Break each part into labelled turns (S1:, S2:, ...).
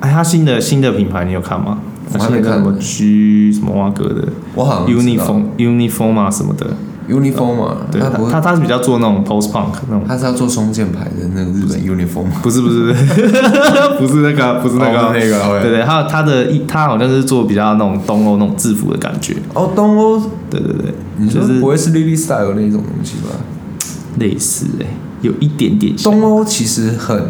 S1: 他哎新的新的品牌你有看吗？
S2: 我
S1: 他
S2: 还
S1: 新
S2: 没
S1: 的叫
S2: 看
S1: 什么 G 什么蛙哥的
S2: 我好像知道
S1: Uniform Uniform 啊什么的，
S2: uniform 嘛，
S1: 对
S2: 他
S1: 他
S2: 不
S1: 他
S2: 会，
S1: 他是比较做那种 post punk 那种，
S2: 他是要做双箭牌的那个日本 uniform 吗？
S1: 不是不是 不是那个啊不是那
S2: 哦不
S1: 个
S2: 是那个，OK
S1: 对对，他他的一他好像是做比较那种东欧那种制服的感觉，
S2: 哦，东欧，
S1: 对对对，
S2: 你说
S1: 就是
S2: 不会是 Lily Style 那种东西吧？
S1: 类似哎、有一点点像，
S2: 东欧其实很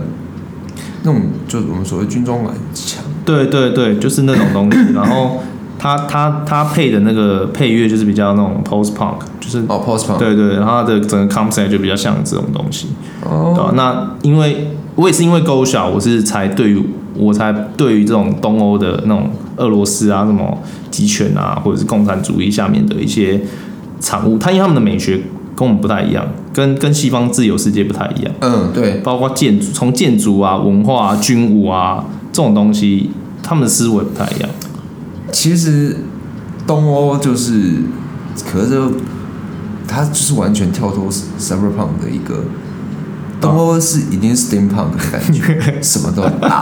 S2: 那种，就是我们所谓军装感很强，
S1: 对对对，就是那种东西，然后。他他他配的那个配乐就是比较那种 post punk，就是
S2: 哦，post punk，
S1: 对对，然后它的整个 concept 就比较像这种东西，对吧、
S2: 哦，
S1: 那因为我也是因为勾小，我是才对于我才对于这种东欧的那种俄罗斯啊、什么集权啊，或者是共产主义下面的一些产物，它因为他们的美学跟我们不太一样，跟跟西方自由世界不太一样，
S2: 嗯，对，
S1: 包括建筑，从建筑啊、文化啊、军武啊这种东西，他们的思维不太一样。
S2: 其实东欧就是，可是这它就是完全跳脱 cyberpunk 的一个。东欧是已经 steampunk 的感 觉，什么都大。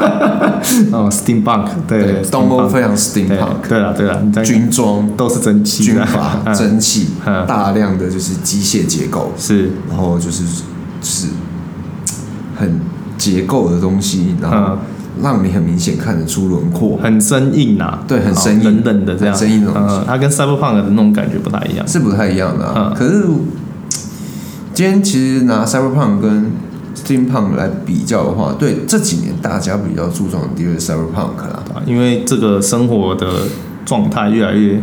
S1: 哦，steampunk，对对，
S2: 东欧
S1: steampunk，
S2: 非常
S1: 对
S2: steampunk，
S1: 对啊了对了，你在
S2: 军装、
S1: 都是蒸汽
S2: 军
S1: 的
S2: 阀、
S1: 嗯
S2: 蒸汽，
S1: 嗯
S2: 大量的就是机械结构，
S1: 是
S2: 然后就是就是很结构的东西，然后
S1: 嗯
S2: 让你很明显看得出轮廓，
S1: 很生硬呐、
S2: 对很生硬
S1: 冷冷的这样，
S2: 很生硬的东西
S1: 嗯，它跟 Cyberpunk 的那种感觉不太一样。
S2: 是不太一样的、啊。
S1: 嗯
S2: 可是今天其实拿 cyberpunk 跟 steampunk 来比较的话，对这几年大家比较注重的的确是 cyberpunk 啦。
S1: 对吧因为这个生活的状态越来越，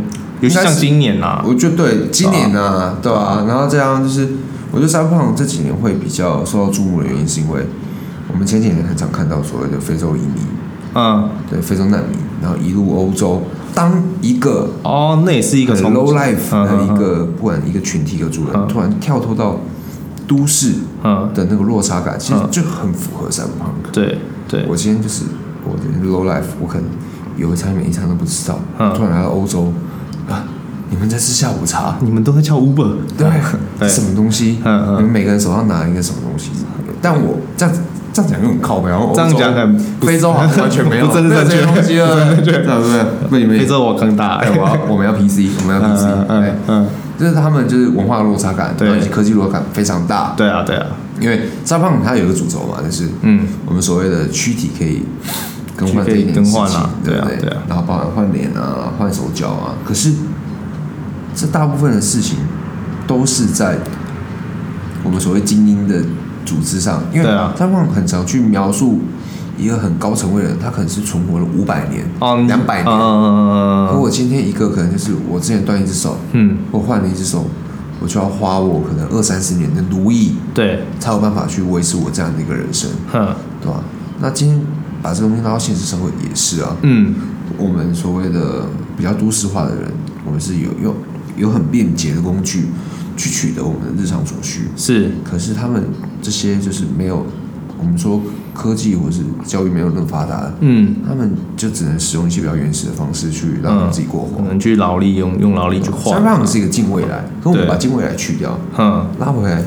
S1: 尤其像今年啊，
S2: 我觉得对今年呢、啊，对啊，然后这样就是，我觉得 cyberpunk 这几年会比较受到注目的原因，是因为我们前几年很常看到所谓的非洲移民，
S1: 嗯，
S2: 对非洲难民，然后一路欧洲，当一个
S1: 哦，那也是一个
S2: 很
S1: 冲
S2: low
S1: 击
S2: life
S1: 嗯
S2: 的一
S1: 嗯
S2: 个，不管一个群体一个族人，
S1: 嗯
S2: 突然跳脱到都市
S1: 嗯，
S2: 的那个落差感，其实
S1: 嗯
S2: 就很符合 cyberpunk。
S1: 对对，
S2: 我今天就是我的 low life，我可能有一餐每一餐都不知道，
S1: 嗯
S2: 突然来到欧洲，啊，你们在吃下午茶，
S1: 你们都在叫 Uber，
S2: 对，
S1: 对
S2: 什么东西？
S1: 嗯嗯
S2: 你们每个人手上拿一个什么东西？但我这样这样讲就很靠背，然后
S1: 这样讲很不
S2: 非洲好像完全没有
S1: 不真
S2: 没有
S1: 正
S2: 这
S1: 确
S2: 些东西了， 对不对？被你们
S1: 非洲我更大，
S2: 哎，我 要我们要 PC，我们要 PC，
S1: 嗯
S2: 哎
S1: 嗯嗯，
S2: 就是他们就是文化落差感，
S1: 对
S2: 然后以及科技落差感非常大，
S1: 对啊对啊，
S2: 因为沙胖它有一个主轴嘛，就是
S1: 嗯，
S2: 我们所谓的躯体可以更换
S1: 躯
S2: 这
S1: 体
S2: 一
S1: 可以
S2: 件事
S1: 更换
S2: 情
S1: 啊，
S2: 对不
S1: 对啊对啊
S2: 然后包含换脸啊、换手脚啊，可是这大部分的事情都是在我们所谓精英的组织上，因为
S1: 对啊
S2: 沙胖很常去描述一个很高层位的人，他可能是存活了五百年、
S1: 哦，你
S2: 两百
S1: 嗯
S2: 年。
S1: 嗯嗯
S2: 如
S1: 嗯
S2: 果今天一个可能就是我之前断一只手，
S1: 嗯，
S2: 我换了一只手，我就要花我可能二三十年的奴役，
S1: 嗯对，
S2: 才有办法去维持我这样的一个人生，
S1: 哼，
S2: 对吧、啊那今天把这东西拉到现实社会也是啊，
S1: 嗯，
S2: 我们所谓的比较都市化的人，我们是有用有很便捷的工具去取得我们的日常所需，
S1: 是，
S2: 可是他们这些就是没有，我们说科技或是教育没有那么发达的，
S1: 嗯。
S2: 他们就只能使用一些比较原始的方式去让他们自己过活
S1: 可。能去劳力用用劳力去
S2: 三
S1: 嗯换，
S2: 胖是一个近未来，可我们
S1: 对
S2: 把近未来去掉，
S1: 嗯，
S2: 拉回来，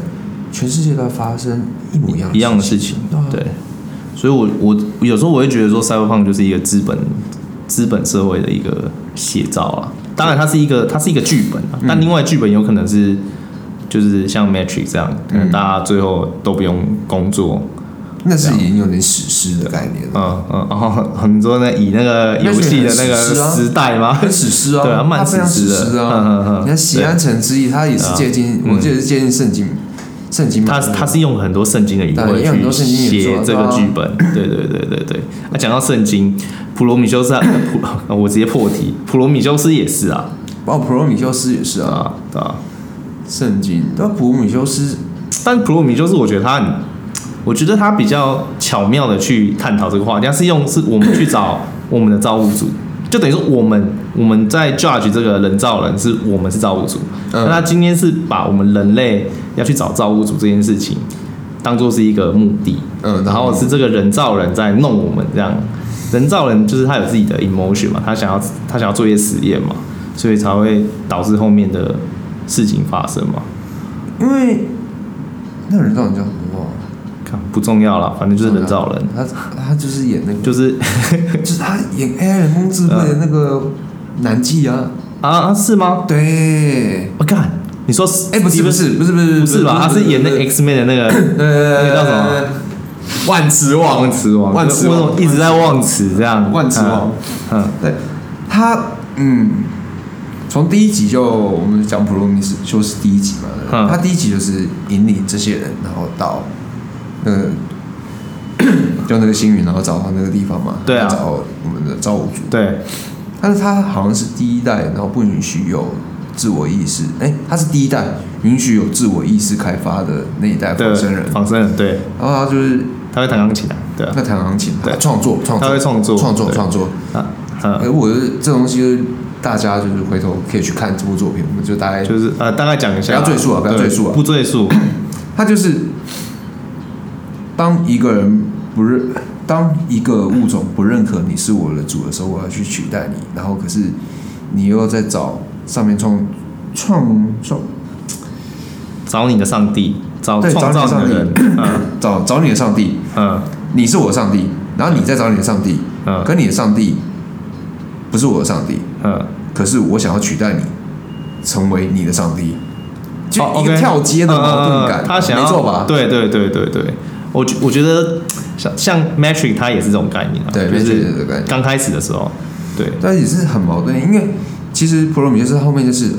S2: 全世界都在发生一模一样
S1: 一样的
S2: 事
S1: 事
S2: 情。
S1: 情
S2: 对啊，
S1: 对。所以我，我有时候我会觉得说，cyberpunk 就是一个资本资本社会的一个写照啊。当然，它是一个它是一个剧本
S2: 嗯
S1: 啊，但另外剧本有可能是就是像 Matrix 这样，
S2: 嗯
S1: 可能大家最后都不用工作，
S2: 那是
S1: 啊
S2: 已经有点史诗的概念了，
S1: 嗯嗯，然后 很多呢以那个游戏的那个
S2: Matrix 很史诗啊
S1: 时代吗？
S2: 很史诗啊，
S1: 对啊，
S2: 它
S1: 慢
S2: 非常史
S1: 史诗
S2: 诗
S1: 的，
S2: 啊。
S1: 嗯嗯
S2: 你
S1: 嗯，
S2: 看《西安城之役》，它也是接近，我记得是接近圣经，圣经嘛
S1: 他。他是用很多圣经的语
S2: 嗯对
S1: 汇
S2: 用很多
S1: 去
S2: 圣经语
S1: 写
S2: 做
S1: 这
S2: 对
S1: 个
S2: 啊
S1: 剧本，对对对对对。那讲到圣经，普罗米修斯啊， 普我直接破题，普罗米修斯也是啊，
S2: 包哦括普罗米修斯也是
S1: 对
S2: 啊，
S1: 啊对啊。
S2: 圣经。但普罗米修斯
S1: 但普罗米修斯，我觉得他很，我觉得他比较巧妙的去探讨这个话题，他是用是我们去找我们的造物主，就等于说我们我们在 judge 这个人造人是我们是造物主，
S2: 嗯
S1: 那他今天是把我们人类要去找造物主这件事情当做是一个目的，
S2: 嗯
S1: 然后是这个人造人在弄我们这样，人造人就是他有自己的 emotion 嘛，他想要他想要做一些实验嘛，所以才会导致后面的事情发生嘛。
S2: 因为那人到底叫什么忘了？
S1: 看不重要了，反正就是人造人，
S2: 他他就是演那个，
S1: 就是
S2: 就是他演 AI 人工智慧的那个
S1: 嗯
S2: 男妓啊，
S1: 啊啊是吗？
S2: 对，
S1: 我、干，你说是
S2: 哎，不是不是不是不是
S1: 不是吧？他是演那 X Man 的那个那
S2: 呃
S1: 个叫什
S2: 万磁王，
S1: 忘词王，
S2: 万磁
S1: 我
S2: 王
S1: 怎么一直在忘词这样？
S2: 万磁王
S1: 嗯，
S2: 对，他嗯，从第一集就我们讲普罗米修斯第一集嘛，
S1: 嗯
S2: 他第一集就是引领这些人，然后到那个 就那个星云，然后找到那个地方嘛，
S1: 对啊
S2: 找我们的造物主
S1: 嗯，对，
S2: 但是他好像是第一代，然后不允许有自我意识，哎、他是第一代允许有自我意识开发的那一代
S1: 对
S2: 仿生人，
S1: 仿生人，对，
S2: 然后他就是
S1: 他会弹钢琴的，对啊
S2: 他，弹钢琴，
S1: 对
S2: 他创作创
S1: 他
S2: 作
S1: 会创作，
S2: 创作
S1: 对
S2: 创作，
S1: 啊，嗯，
S2: 而我觉得这种东西就是大家就是回头可以去看这部作品，我们就大概
S1: 就是呃，大概讲一下，
S2: 不要赘述啊不要
S1: 对
S2: 赘述啊
S1: 不赘述，
S2: 他就是当一个人不认，当一个物种不认可你是我的主的时候，我要去取代你，然后可是你又在找上面创创创
S1: 找你的上帝，找
S2: 对
S1: 创造
S2: 找你
S1: 你
S2: 的
S1: 的人，嗯
S2: 找找你的上帝，
S1: 嗯
S2: 你是我的上帝，然后你再找你的上帝，
S1: 嗯
S2: 可你的上帝不是我的上帝，
S1: 嗯，
S2: 可是我想要取代你，成为你的上帝，就
S1: 哦
S2: 一个
S1: OK
S2: 跳接的矛盾
S1: 嗯嗯
S2: 感，
S1: 嗯他想要
S2: 没错吧？
S1: 对对对对对，我觉我觉得像像 Matrix 它也是这种概念啊，
S2: 对，
S1: 就
S2: 没
S1: 是
S2: 这个概念。
S1: 刚开始的时候，对，
S2: 但也是很矛盾，因为其实普罗米修斯后面就是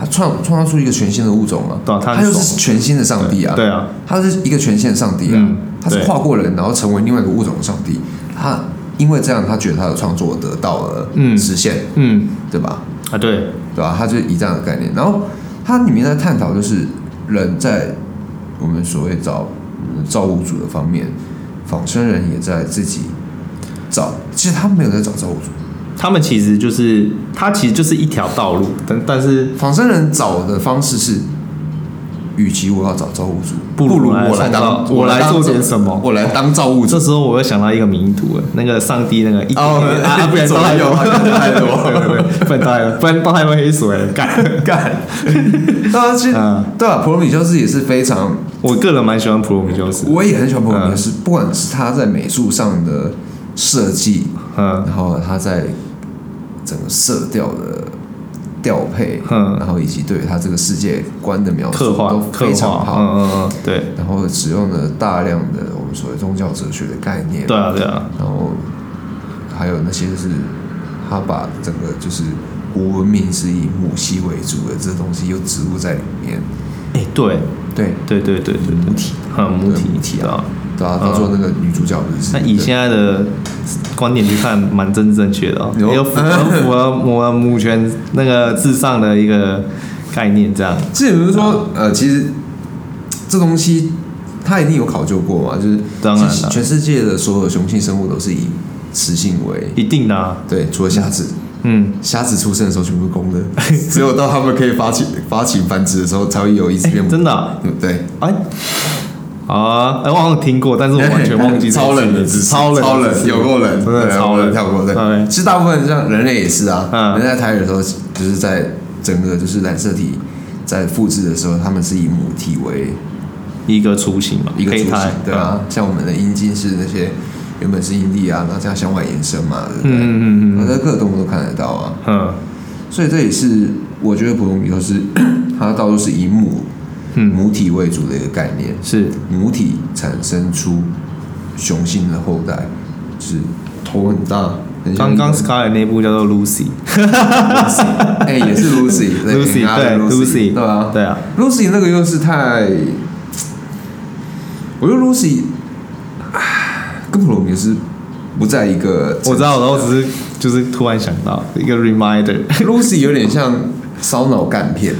S2: 他创创造出一个全新的物种嘛，
S1: 对啊他
S2: 他
S1: 是
S2: 就是
S1: 种
S2: 全新的上帝啊，
S1: 对啊，
S2: 他是一个全新的上帝啊，
S1: 嗯
S2: 他是
S1: 对
S2: 跨过人，然后成为另外一个物种的上帝，他因为这样，他觉得他的创作得到了
S1: 嗯
S2: 实现，
S1: 嗯
S2: 对吧？
S1: 啊对，
S2: 对吧、他就是以这样的概念，然后它里面在探讨就是人在我们所谓找嗯造物主的方面，仿生人也在自己找，其实他没有在找造物主。
S1: 他们其实就是它其实就是一条道路，但但是
S2: 仿生人找的方式是，与其我要找造物主，
S1: 不如
S2: 如
S1: 来
S2: 我来
S1: 创
S2: 当
S1: 造我来
S2: 当
S1: 做点什么
S2: 我来当造物主
S1: 这。时候我又想到一个迷图，那个上帝那个一点点啊，不然
S2: 左
S1: 都还
S2: 右
S1: 有。
S2: 太
S1: 对对
S2: 多。
S1: 对，不然倒了，不然倒还会黑水干干。
S2: 当然，其实
S1: 嗯
S2: 对啊，普罗米修斯也是非常，
S1: 我个人蛮喜欢普罗米修斯，
S2: 我也很喜欢普罗米修斯，不管是他在美术上的设计，
S1: 嗯
S2: 然后他在整个色调的调配，
S1: 嗯
S2: 然后以及对他这个世界观的描
S1: 刻
S2: 述
S1: 画
S2: 都
S1: 刻
S2: 非常
S1: 画，
S2: 好。
S1: 嗯嗯嗯，对
S2: 然后使用了大量的我们所谓宗教哲学的概念，
S1: 对啊对啊，
S2: 然后还有那些就是他把整个就是古文明是以母系为主的这东西又植入在里面，
S1: 哎对
S2: 对
S1: 对对对对对，母体，嗯母体母体啊。
S2: 对啊，到时候那个女主角不是
S1: 那以现在的观点去看，蛮正正确的哦，
S2: 有
S1: 有符合符合 我们母权那个至上的一个概念，这样。
S2: 这也不是说呃，其实这东西它一定有考究过嘛，就是
S1: 当然啦
S2: 其实全世界的所有雄性生物都是以雌性为
S1: 一定的、啊，
S2: 对，除了虾子。
S1: 嗯，
S2: 虾子出生的时候全部是公的， 只有到它们可以发起发起繁殖的时候，才会有一只变母。
S1: 真的啊、
S2: 嗯 对，
S1: 哎、啊，哎，我好像听过，但是我完全忘记这个
S2: 超冷的
S1: 词
S2: 知识，
S1: 超冷，
S2: 超冷，有够冷，
S1: 真的
S2: 对
S1: 超
S2: 我
S1: 冷，
S2: 跳过对。
S1: OK
S2: 其实大部分像人类也是啊，
S1: 嗯
S2: 人在胎儿的时候，就是在整个就是染色体在复制的时候，他们是以母体为
S1: 一个雏形嘛，
S2: 一个
S1: 胚
S2: 主体
S1: 胎，，嗯
S2: 对啊，像我们的阴茎是那些原本是阴蒂啊，然后这样向外延伸嘛，对不对？
S1: 嗯，嗯嗯
S2: 那在各个动物都看得到啊，
S1: 嗯嗯
S2: 所以这也是我觉得普罗米修斯 它到处是以母
S1: 嗯，
S2: 母体为主的一个概念，
S1: 是
S2: 母体产生出雄性的后代，就是头很大，很
S1: 刚
S2: 像一个
S1: 刚 Sky 那部叫做 Lucy，Lucy
S2: 哎、也是 Lucy
S1: 对
S2: Lucy 对啊
S1: Lucy，对啊，
S2: ，Lucy 那个又是太，我觉得 Lucy 唉跟普罗米修斯不在一个，
S1: 我知道，然后只是就是突然想到一个 reminder，
S2: Lucy 有点像烧脑干片，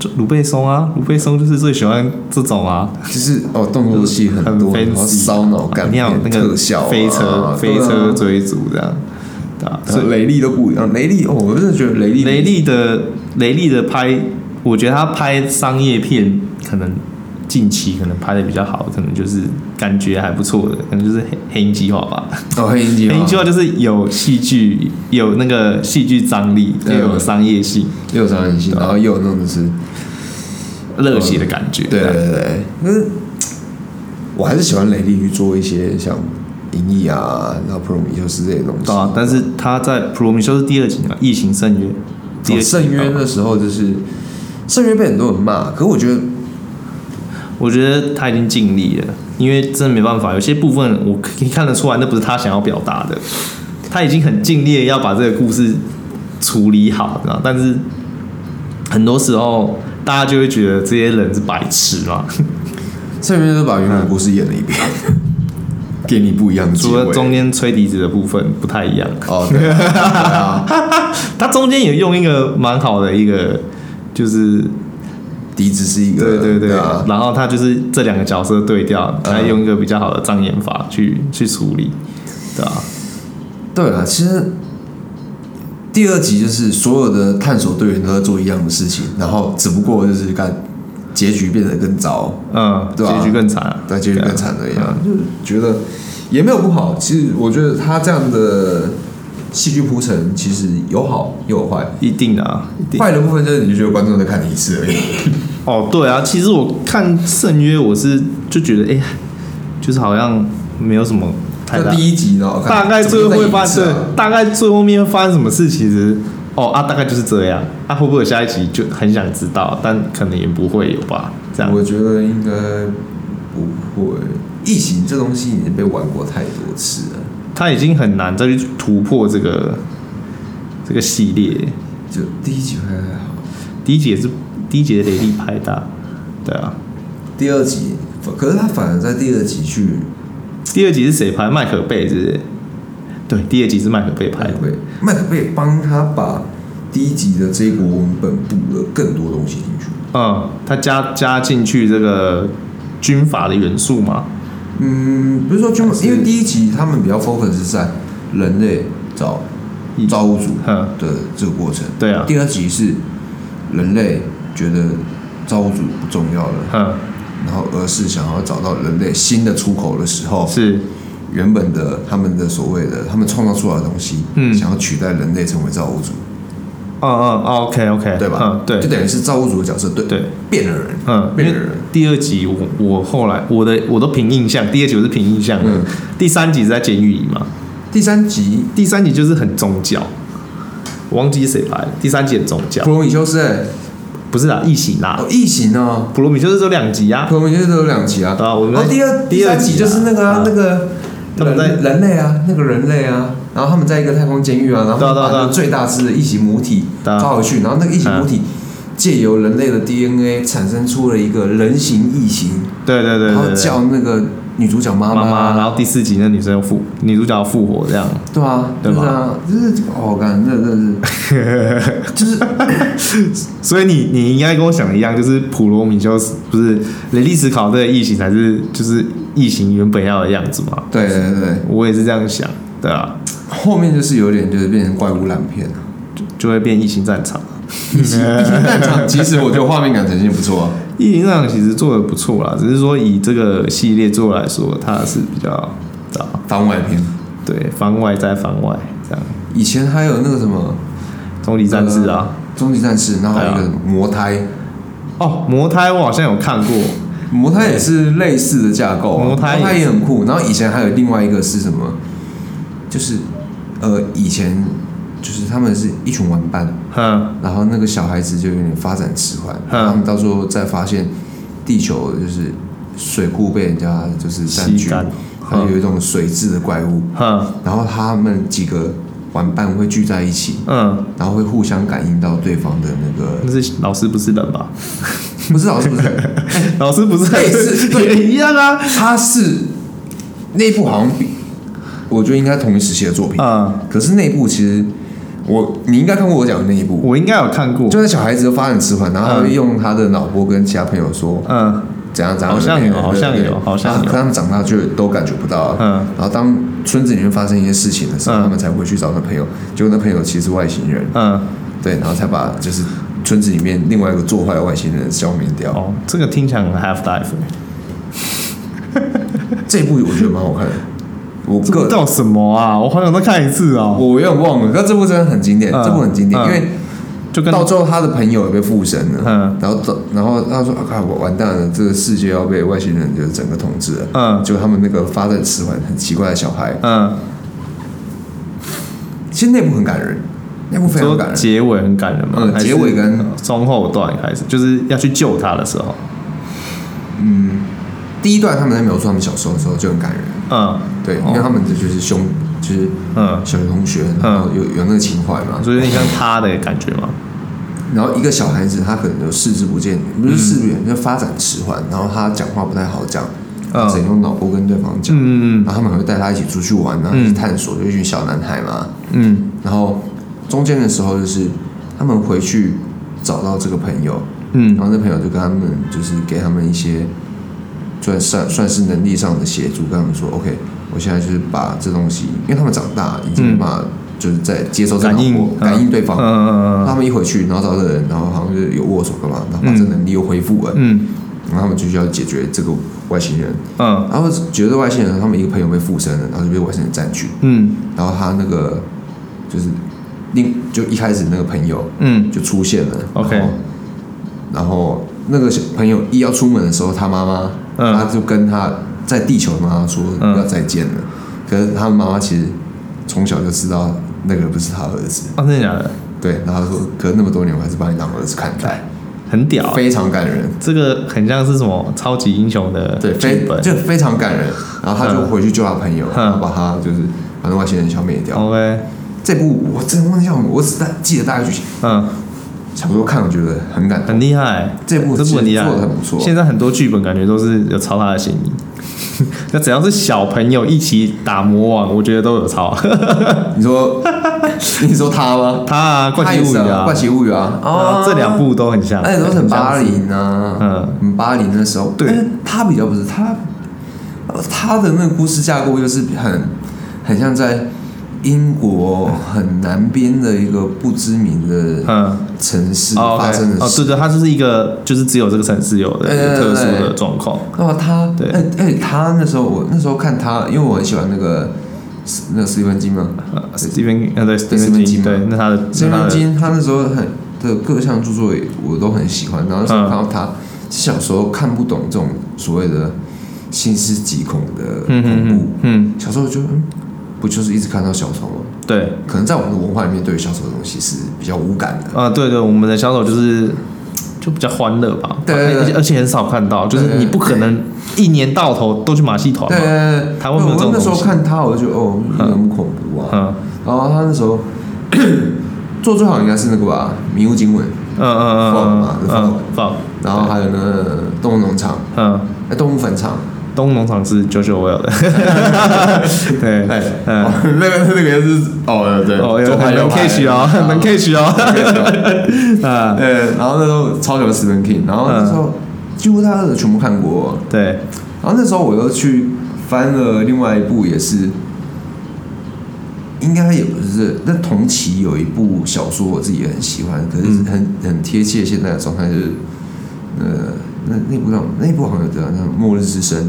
S1: 就鲁贝松啊，鲁贝松就是最喜欢这种啊，
S2: 就是哦动作戏很
S1: 很
S2: 多，然后
S1: fancy，
S2: 烧脑干
S1: 一定
S2: 片
S1: 要有那个
S2: 特效、啊、
S1: 飞车飞车
S2: 对啊
S1: 追逐这样，对啊，所
S2: 所
S1: 以
S2: 以雷利都不一样，雷利哦，我真的觉得雷利
S1: 雷利的雷利的拍，我觉得他拍商业片可能近期可能拍的比较好，可能就是感觉还不错的，可能就是黑黑鹰计划吧。
S2: 哦黑鹰计
S1: 黑鹰
S2: 划
S1: 计划就是有戏剧，有那个戏剧张力，又
S2: 对啊
S1: 有商业性、
S2: 又有张艺
S1: 啊
S2: 兴，然后又有那种就是啊
S1: 热血的感觉。
S2: 对对对，对可是我还是喜欢雷利去做一些像银翼啊，然后普罗米修斯这些东西。
S1: 对啊，但是他在《普罗米修斯》第二集嘛，《异形圣约》第二集
S2: 哦圣约的时候，就是圣约被很多人骂，可我觉得
S1: 我觉得他已经尽力了，因为真的没办法，有些部分我可以看得出来，那不是他想要表达的，他已经很尽力地要把这个故事处理好，然后但是很多时候大家就会觉得这些人是白痴 嘛，
S2: 圣约就把原本的故事演了一遍， 给你不一样的结
S1: 除了
S2: 尾。
S1: 中间吹笛子的部分不太一样，
S2: 哦，对啊，对啊
S1: 他中间也用一个蛮好的一个就是
S2: 笛子是一 个，
S1: 对对对，
S2: 啊，
S1: 然后他就是这两个角色对调，他用一个比较好的障眼法去去处理，对啊，
S2: 对啊，其实第二集就是所有的探索队员都在做一样的事情，然后只不过就是干结局变得更糟，
S1: 嗯，
S2: 对啊
S1: 结局更惨啊，
S2: 但结局更惨了一样，就是觉得也没有不好。其实我觉得他这样的戏剧铺陈其实有好又有坏，
S1: 一定的啊，一定。
S2: 坏的部分就是你就觉得观众在看你一次而已。
S1: 哦，对啊，其实我看《圣约》，我是就觉得，哎、就是好像没有什么太
S2: 就
S1: 大，
S2: 第一集然后看
S1: 大概最后会发
S2: 怎
S1: 生
S2: 么在一次啊，
S1: 大概最后面会发生什么事，其实。哦啊，大概就是这样。啊，会不会有下一集就很想知道，但可能也不会有吧。这样
S2: 我觉得应该不会。疫情这东西已经被玩过太多次了，
S1: 他已经很难再去突破这个这个系列。
S2: 就第一集还好，
S1: 第一集也是第一集的雷力拍的啊，对啊。
S2: 第二集可是他反而在第二集去
S1: 第二集是谁拍？麦可贝是不是？对，第二集是麦可贝拍
S2: 麦
S1: 的
S2: 克。贝，麦克贝帮他把第一集的这一国文本补了更多东西进去。
S1: 嗯，他加加进去这个军阀的元素嘛。
S2: 嗯，不是说军，因为第一集他们比较 focus 是在人类找
S1: 以
S2: 造物主
S1: 嗯
S2: 的这个过程，
S1: 对啊
S2: 第二集是人类觉得造物主不重要了，
S1: 嗯，
S2: 然后而是想要找到人类新的出口的时候，
S1: 是
S2: 原本的他们的所谓的他们创造出来的东西，
S1: 嗯
S2: 想要取代人类成为造物主，
S1: 嗯嗯，OK OK，
S2: 对吧？
S1: 嗯，对
S2: 就等于是造物主的角色对
S1: 对，
S2: 变了人，
S1: 嗯，因
S2: 变
S1: 为
S2: 了人。
S1: 第二集我我后来我的我都凭印象，第二集我是凭印象的，
S2: 嗯
S1: 第三集是在监狱里嘛，
S2: 第三集
S1: 第三集就是很宗教，我忘记谁拍的，第三集很宗教
S2: 普，罗米修斯、欸，
S1: 不是啊，异形啦，
S2: 哦，异形哦，
S1: 普罗米修斯只有两集啊，
S2: 普罗米修斯有两集啊，
S1: 对啊我们
S2: 然后第二
S1: 第二
S2: 三集
S1: 集啊
S2: 就是那个
S1: 啊
S2: 啊，那个
S1: 他们在
S2: 人人类啊，那个人类啊，然后他们在一个太空监狱啊，然后
S1: 对啊对啊
S2: 把
S1: 对啊
S2: 那个最大只的异形母体
S1: 对啊
S2: 抓回去，然后那个异形母体借由人类的 DNA 产生出了一个人形异形，
S1: 对对对
S2: 然后
S1: 对对，
S2: 叫那个女主角妈
S1: 妈妈，
S2: 妈，
S1: 然后第四集那女生又复女主角复活这样，
S2: 对啊，
S1: 对
S2: 就是啊，就是哦，感觉真的是，就是
S1: 所以你你应该跟我想的一样，就是普罗米修斯不是雷利史考特的异形才是就是异形原本要的样子嘛？
S2: 对对对对，
S1: 我也是这样想，对啊，
S2: 后面就是有点就是变成怪物烂 片了。
S1: 就就会变异形战 场。
S2: 异形战场，其实我觉得画面感呈现不错啊。
S1: 异形战场其实做的不错啦，只是说以这个系列做来说，它是比较早
S2: 番外篇，
S1: 对番外再番外这样，
S2: 以前还有那个什么
S1: 终极战士啊，
S2: 《终极战士》，然后还有一个什么魔胎，
S1: 哦魔胎我好像有看过，
S2: 魔胎也是类似的架构啊、
S1: 魔胎也是
S2: 魔胎也很酷。然后以前还有另外一个是什么？就是呃，以前就是他们是一群玩伴，
S1: 哼
S2: 然后那个小孩子就有点发展迟缓，
S1: 嗯
S2: 他们到时候再发现地球就是水库被人家就是占
S1: 吸
S2: 据，
S1: 干
S2: 然后有一种水质的怪物，
S1: 哼
S2: 然后他们几个玩伴会聚在一起，
S1: 嗯，
S2: 然后会互相感应到对方的那个，
S1: 那是老师不是人吧？
S2: 不知道是不是，
S1: 老师不是
S2: 类似对
S1: 也 一样啊？
S2: 他是内部好像比，我觉得应该同一时期的作品，
S1: 嗯，
S2: 可是内部其实我你应该看过我讲的那一部，
S1: 我应该有看过，
S2: 就是小孩子的发展迟缓，然后他
S1: 嗯
S2: 会用他的脑波跟其他朋友说
S1: 嗯。
S2: 怎样怎样，
S1: 好像有
S2: 对
S1: 好像
S2: 对
S1: 有
S2: 对
S1: 好像有
S2: 然后可他们长大就都感觉不到，啊
S1: 嗯，
S2: 然后当村子里面发生一些事情的时候，
S1: 嗯
S2: 他们才回去找那朋友，结果那朋友其实是外星人，
S1: 嗯，
S2: 对，然后才把就是村子里面另外一个做坏的外星人消灭掉。
S1: 哦，这个听起来很 Half Life，
S2: 这一部我觉得蛮好看的，我
S1: 这
S2: 个
S1: 个叫什么啊？我好想再看一次啊！
S2: 我有点忘了，但这部真的很经典，
S1: 嗯
S2: 这部很经典，
S1: 嗯
S2: 因为
S1: 就跟
S2: 到最后他的朋友也被附身了，
S1: 嗯
S2: 然后到然后他说啊，我完蛋了，这个世界要被外星人就是整个统治了。
S1: 嗯
S2: 就他们那个发展迟缓很奇怪的小孩，
S1: 嗯，
S2: 其实那部很感人，那部非常
S1: 说
S2: 感人。
S1: 结尾很感人嘛，
S2: 嗯
S1: 还是
S2: 结尾跟
S1: 中后段开始，就是要去救他的时候，
S2: 第一段他们在描述他们小时候的时候就很感人，
S1: 嗯
S2: 对，因为他们这就是兄，就是
S1: 嗯，
S2: 小学同学，然后有有那个情怀嘛。
S1: 所以有点像他的感觉嘛，
S2: 然后一个小孩子他可能就四肢不健，不是四肢不健，就发展迟缓，然后他讲话不太好讲，
S1: 嗯
S2: 只能用脑波跟对方讲。
S1: 嗯
S2: 然后他们还会带他一起出去玩啊，
S1: 嗯
S2: 去探索，就一群小男孩嘛。
S1: 嗯
S2: 然后中间的时候就是他们回去找到这个朋友，然
S1: 嗯
S2: 后那朋友就跟他们就是给他们一些算算算是能力上的协助，跟他们说，OK，我现在就是把这东西，因为他们长大已经没办法就是在接受
S1: 嗯，
S2: 这
S1: 感
S2: 个脑
S1: 应
S2: 波感应对
S1: 嗯
S2: 方。
S1: 嗯
S2: 他们一回去，然后找到这个人，然后好像就是有握手干嘛，然后把这能力又恢复了，
S1: 嗯
S2: 然后他们就需要解决这个外星人。
S1: 嗯
S2: 然后觉得外星人，他们一个朋友被附身了，然后就被外星人占据，
S1: 嗯
S2: 然后他那个就是另就一开始那个朋友
S1: 嗯
S2: 就出现了
S1: OK
S2: 然后然后那个小朋友一要出门的时候，他妈妈，
S1: 嗯
S2: 他就跟他在地球的妈妈说
S1: 嗯
S2: 要再见了，可是他妈妈其实从小就知道那个不是他儿子，
S1: 哦，真的假的？
S2: 对，然后他说，可是那么多年我还是把你当儿子看
S1: 哎
S2: 待，
S1: 很屌欸，
S2: 非常感人，
S1: 这个很像是什么超级英雄的
S2: 对，
S1: 剧
S2: 非
S1: 本
S2: 就非常感人。然后他就
S1: 嗯
S2: 回去救他朋友，
S1: 嗯
S2: 然后把他就是把那外星人消灭掉。
S1: ，OK，
S2: 这部我真的忘记叫什么，我只大记得大概剧情。
S1: 嗯，
S2: 小时候看我觉得很感动，
S1: 很厉害，
S2: 这部
S1: 这
S2: 其
S1: 部
S2: 实
S1: 很厉害，
S2: 做得很不错
S1: 现在很多剧本感觉都是有抄他的嫌疑。 那只要是小朋友一起打魔王，我觉得都有抄
S2: 你说 你说他吗？
S1: 他啊，《
S2: 他
S1: 怪奇
S2: 也
S1: 物
S2: 是
S1: 语》
S2: 啊，怪奇物语啊，
S1: 啊，这两，部都很像，
S2: 而且都是很八零啊，
S1: 嗯，
S2: 很八零的时候。
S1: 对
S2: 但是他比较不是他，呃他的那个故事架构就是很很像在英国很南边的一个不知名的
S1: 嗯，
S2: 城市
S1: 哦
S2: 发生
S1: OK，
S2: 的
S1: 哦，
S2: 事。
S1: 对对，它就是一个就是只有这个城市有的
S2: 对
S1: 一
S2: 对
S1: 个
S2: 对
S1: 特殊
S2: 对
S1: 的状况，
S2: 那么他，
S1: 对
S2: 哎哎，他那时候我那时候看他，因为我很喜欢那个那个斯蒂芬金嘛，
S1: 呃，Stephen 呃对
S2: 对，Stephen
S1: ，Stephen
S2: King
S1: King，对，那他的
S2: 斯
S1: 那
S2: 蒂
S1: 他
S2: 芬
S1: 的
S2: 金他那时候很的各项著作也我都很喜欢，然后那时候
S1: 嗯
S2: 看到他，小时候看不懂这种所谓的细思极恐的
S1: 嗯嗯
S2: 恐
S1: 嗯
S2: 怖，
S1: 嗯，
S2: 小时候就嗯，不就是一直看到小丑吗？
S1: 对，
S2: 可能在我们的文化里面，对于小丑的东西是比较无感的。
S1: 啊，对对，我们的小丑就是就比较欢乐吧，
S2: 对对对
S1: 而且而且很少看到，就是
S2: 对对
S1: 你不可能一年到头都去马戏团
S2: 对，
S1: 嘛，
S2: 对
S1: 台
S2: 对
S1: 湾没有这种
S2: 我那时候
S1: 东西
S2: 看他，我就觉得哦，有点恐怖啊。
S1: 嗯
S2: 然后他那时候 做最好应该是那个吧，《迷雾惊魂》，
S1: 嗯嗯
S2: 放
S1: 嗯
S2: 嘛
S1: 嗯嗯放，
S2: 然后还有那个《动物农场》
S1: 嗯，
S2: 哎，《动物坟场
S1: 东农场是 JoJo Well 的，》 对，
S2: 哎，
S1: 嗯
S2: 哦， 那个那个也是哦，对，
S1: 哦，有
S2: 左拍右
S1: 能
S2: 拍
S1: catch 哦， 能 catch 哦， 啊，
S2: 对，然后那时候超喜欢 Stephen King，然后那时
S1: 嗯
S2: 候几乎他的全部看过，
S1: 对，
S2: 然后那时候我又去翻了另外一部也是。应该也不是，那同期有一部小说我自己也很喜欢，可是
S1: 嗯
S2: 很很贴切现在的状态，就是，呃，那那部叫那部好像有叫那《末日之声》，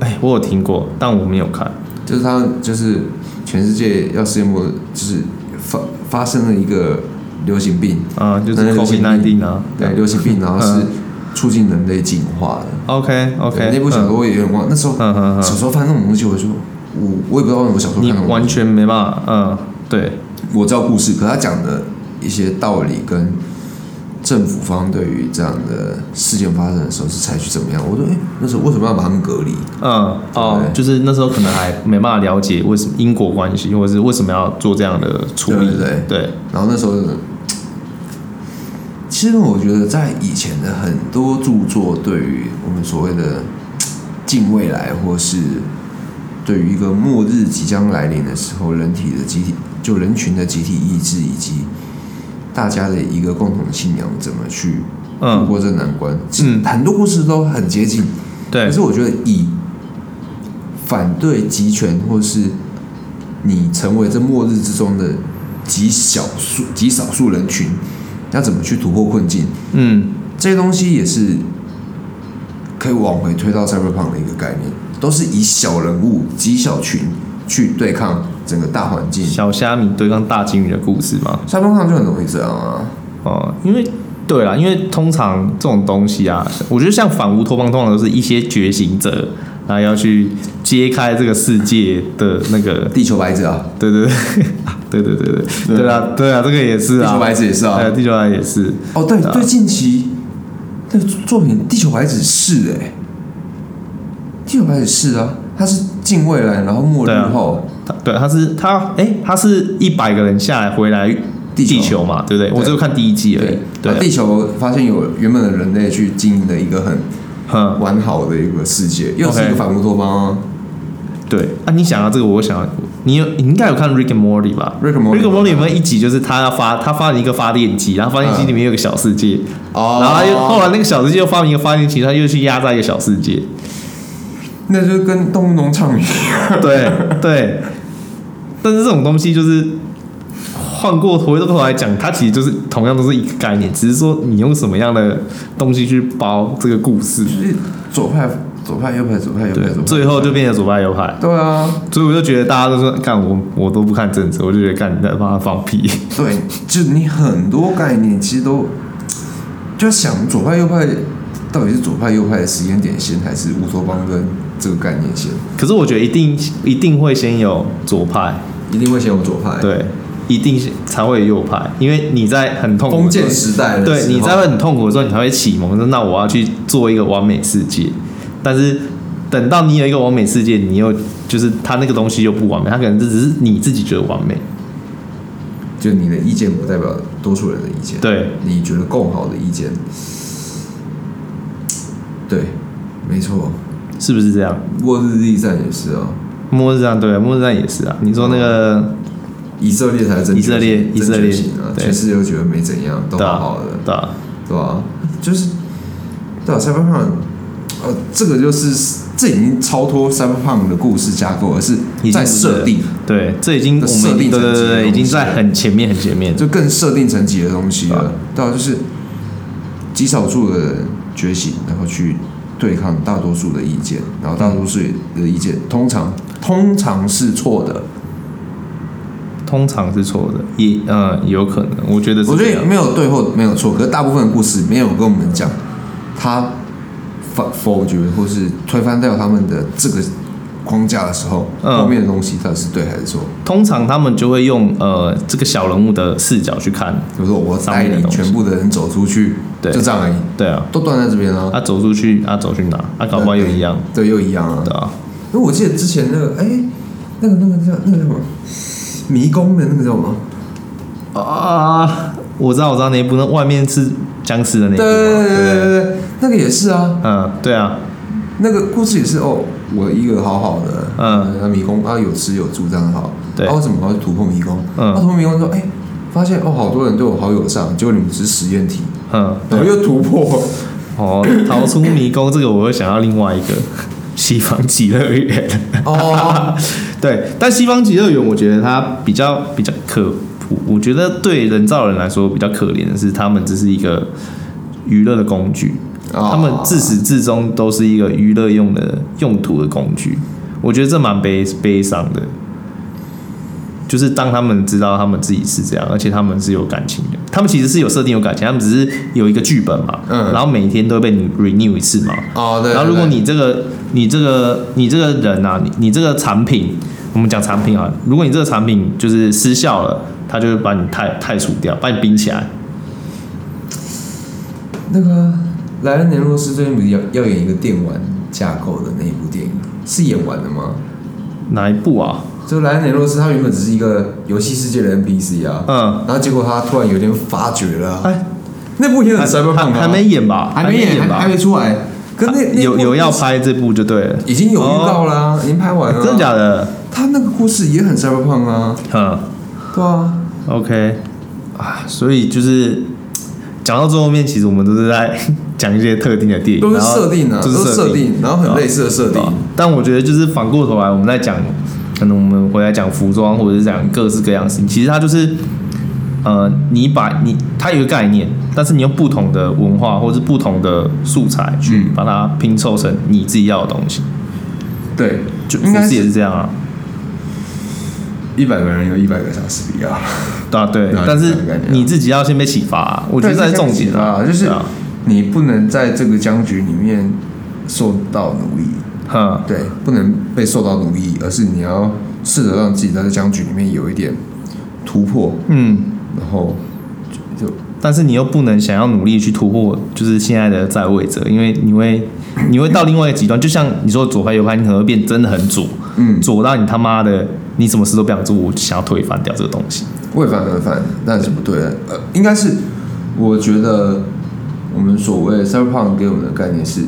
S1: 哎，我有听过，但我没有看，
S2: 就是他就是全世界要世界末日，就是发发生了一个流行病，
S1: 啊，就是
S2: 那流
S1: COVID
S2: 行病
S1: nineteen 啊，
S2: 对，流行病，然后是促进人类进化的。
S1: ，OK
S2: 对
S1: OK，
S2: 那部小说我也有点忘，那时候
S1: 嗯嗯嗯
S2: 小时候翻那种东西，我就我我也不知道为什么小时候
S1: 你
S2: 看那种
S1: 完
S2: 东西，
S1: 全没办法，嗯，对，
S2: 我知道故事，可他讲的一些道理跟政府方对于这样的事件发生的时候是采取怎么样，我说哎、诶那时候为什么要把他们隔离？
S1: 嗯，哦，
S2: 对
S1: 就是那时候可能还没办法了解为什么因果关系，或者是为什么要做这样的处理。
S2: 对对
S1: 对
S2: 然后那时候真的，其实我觉得在以前的很多著作，对于我们所谓的近未来，或是对于一个末日即将来临的时候，人体的集体就人群的集体意志，以及大家的一个共同信仰，怎么去度
S1: 嗯，
S2: 过这难关？其实
S1: 嗯
S2: 很多故事都很接近，
S1: 对
S2: 可是，我觉得以反对集权或是你成为这末日之中的极少数、极少数人群，要怎么去突破困境，
S1: 嗯，
S2: 这些东西也是可以往回推到 cyberpunk 的一个概念，都是以小人物、极小群去对抗整个大环境。
S1: 小虾米对抗大金鱼的故事嘛，
S2: cyberpunk 就很容易这样啊，
S1: 哦、因为对啦，因为通常这种东西啊，我觉得像反乌托邦，通常都是一些觉醒者，然后要去揭开这个世界的那个，
S2: 地球白纸啊，
S1: 对对 对，对对对对，对啊对啊，这个也是啊，
S2: 地球白纸也是啊
S1: 哎地球白纸也是，
S2: 哦，对
S1: 对啊
S2: 对，近期那个作品《地球白纸》是哎、地球白纸》是啊，它是近未来，然后末
S1: 对
S2: 日
S1: 啊
S2: 后，
S1: 他对，他是他哎、他是一百个人下来回来
S2: 地球
S1: 球嘛，对不对？
S2: 对
S1: 我只有看第一季而已
S2: 对，，
S1: 对，
S2: 把地球发现有原本的人类去经营的一个很
S1: 嗯，
S2: 完好的一个世界，又是一
S1: OK
S2: 个反乌托邦啊。
S1: 对啊，你想到这个，我想到你有你应该有看 Rick and Morty 吧
S2: Rick and Morty
S1: Rick and Morty 有没有一集就是他要发他发明一个发电机，然后发电机里面有个小世界，
S2: 哦
S1: 然后他又后来那个小世界又发明一个发电机，他又去压榨一个小世界，
S2: 那就是跟动物农场一 样。
S1: 对对，但是这种东西就是。换过回过头来讲，它其实就是同样都是一个概念，只是说你用什么样的东西去包这个故事，
S2: 就是左派、左派、右派、左派、右派、
S1: 对
S2: 左，派。
S1: 最后就变成左派右派，
S2: 对啊，
S1: 所以我就觉得大家都说干我我都不看政治，我就觉得干你在帮他放屁。
S2: 对，就你很多概念其实都就想左派、右派到底是左派、右派的时间点先，还是乌托邦跟这个概念先？
S1: 可是我觉得一定一定会先有左派，
S2: 一定会先有左派。，
S1: 对，一定是才会有右派，因为你在很痛苦的
S2: 封建
S1: 时
S2: 时代
S1: 候，
S2: 的时
S1: 对，你
S2: 候
S1: 在很痛苦的时候，你才会启蒙说那我要去做一个完美世界，但是。等到你有一个完美世界，你又就是它那个东西又不完美，它可能这只是你自己觉得完美，
S2: 就你的意见不代表多数人的意见，
S1: 对，
S2: 你觉得更好的意见，对，没错，
S1: 是不是这样？
S2: 《末日地战》也是啊，
S1: 末日战对，末日战也是啊。你说那个、
S2: 以色列才是真
S1: 以色列以
S2: 真
S1: 色列
S2: 觉醒啊，
S1: 对
S2: 全世界都觉得没怎样，都
S1: 对
S2: 好
S1: 啊
S2: 好的，
S1: 对啊，
S2: 对吧、就是对啊，Cyberpunk，呃，这个就是这已经超脱 Cyberpunk 的故事架构，而是
S1: 已经
S2: 在
S1: 不是
S2: 设定，
S1: 对，这已经我
S2: 的
S1: 们
S2: 设定
S1: 对对对
S2: 层级的
S1: 对，已经
S2: 东西
S1: 在很前面很前面。
S2: 就更设定层级的东西
S1: 对啊
S2: 了。对啊，就是极少数的人觉醒，然后去对抗大多数的意见，然后大多数的意见通常通常是错的。
S1: 通常是错的，也嗯有可能，我觉得是
S2: 我
S1: 这
S2: 觉
S1: 样
S2: 得没有对或没有错，可是大部分的故事没有跟我们讲他否否决或是推翻掉他们的这个框架的时候，
S1: 嗯
S2: 后面的东西到底是对还是错？
S1: 通常他们就会用呃这个小人物的视角去看，
S2: 比如说我带领全部的人走出去，
S1: 对
S2: 就这样而已，
S1: 对啊，
S2: 都断在这边啊。
S1: 他、走出去，他、走去哪，他、搞不好又一样，
S2: 对，又一样啊
S1: 对。啊，
S2: 因为我记得之前那个，哎、那个那个叫那个叫什么迷宫的那个叫什么？
S1: 啊，我知道我知道那一部，那外面是僵尸的那一
S2: 对
S1: 部
S2: 对
S1: 嘛，
S2: 对
S1: 对不
S2: 对
S1: 对，
S2: 对对，那个也是啊。
S1: 嗯，对啊，
S2: 那个故事也是哦，我一个好好的，
S1: 嗯，
S2: 那迷宫啊有吃有住这样好，
S1: 对
S2: 啊为什么我要去突破迷宫？
S1: 嗯
S2: 啊突破迷宫说，哎、发现哦好多人对我好友善，结果你们只是实验体，
S1: 嗯，
S2: 然后
S1: 对，
S2: 又突破，
S1: 哦，逃出迷宫这个我会想到另外一个西方极乐园，
S2: 哦，
S1: 对，但西方极乐园，我觉得它比较比较可，我觉得对人造人来说比较可怜的是，他们只是一个娱乐的工具，
S2: 哦
S1: 他们自始至终都是一个娱乐用的用途的工具，我觉得这蛮悲悲伤的。就是当他们知道他们自己是这样，而且他们是有感情的，他们其实是有设定有感情，他们只是有一个剧本嘛，
S2: 嗯
S1: 然后每天都会被你 renew 一次嘛，
S2: 哦对，
S1: 然后
S2: 对
S1: 如果
S2: 对
S1: 你这个你这个你这个人啊，你你这个产品，我们讲产品啊，如果你这个产品就是失效了，他就会把你汰汰除掉，把你冰起来。
S2: 那个啊莱恩·尼洛斯最近不是要要演一个电玩架构的那一部电影，是演完了吗？
S1: 哪一部啊？
S2: 就莱恩·尼洛斯他原本只是一个游戏世界的 NPC 啊，
S1: 嗯，
S2: 然后结果他突然有一天发觉了啊、
S1: 哎，
S2: 那部也
S1: 还
S2: 很 cyberpunk 啊
S1: 还没演吧？
S2: 还没演，
S1: 演
S2: 还
S1: 吧啊
S2: 还？没出来。可那那
S1: 有
S2: 部
S1: 有要拍这部就对了，
S2: 已经有预告啦、已经拍完了。啊
S1: 真的假的？
S2: 他那个故事也很 cyberpunk 啊，
S1: 嗯
S2: 对啊，
S1: ，OK，啊，所以就是。讲到最后面，其实我们都是在 讲一些特定的电影，
S2: 都是
S1: 然后
S2: 设定啊，
S1: 就是
S2: 都是设定，然后很类似的设
S1: 对啊
S2: 定。
S1: 但我觉得就是反过头来，我们在讲，可能我们回来讲服装，或者是讲各式各样的事情，其实它就是，呃，你把你它有一个概念，但是你用不同的文化或是不同的素材去
S2: 嗯
S1: 把它拼凑成你自己要的东西，
S2: 对，
S1: 就
S2: 应该
S1: 服饰也
S2: 是
S1: 是这样啊。
S2: 一百个人有一百个莎士比亚，
S1: 啊，对
S2: 对啊，
S1: 但是
S2: 就是这样的感觉啊
S1: 你自己要先被启发啊、我觉得这是重点
S2: 啊，就是
S1: 对啊
S2: 你不能在这个僵局里面受到奴役，
S1: 哼，
S2: 对，不能被受到奴役，而是你要试着让自己在这僵局里面有一点突破，
S1: 嗯，
S2: 然后就就
S1: 但是你又不能想要努力去突破，就是现在的在位者，因为你会你会到另外一个极端，就像你说左派右派，你可能会变真的很左，
S2: 嗯，
S1: 左到你他妈的你什么事都不想做，我就想要推翻掉这个东西。
S2: 规范规范，但是不对的。呃，应该是我觉得我们所谓 cyberpunk 给我们的概念是，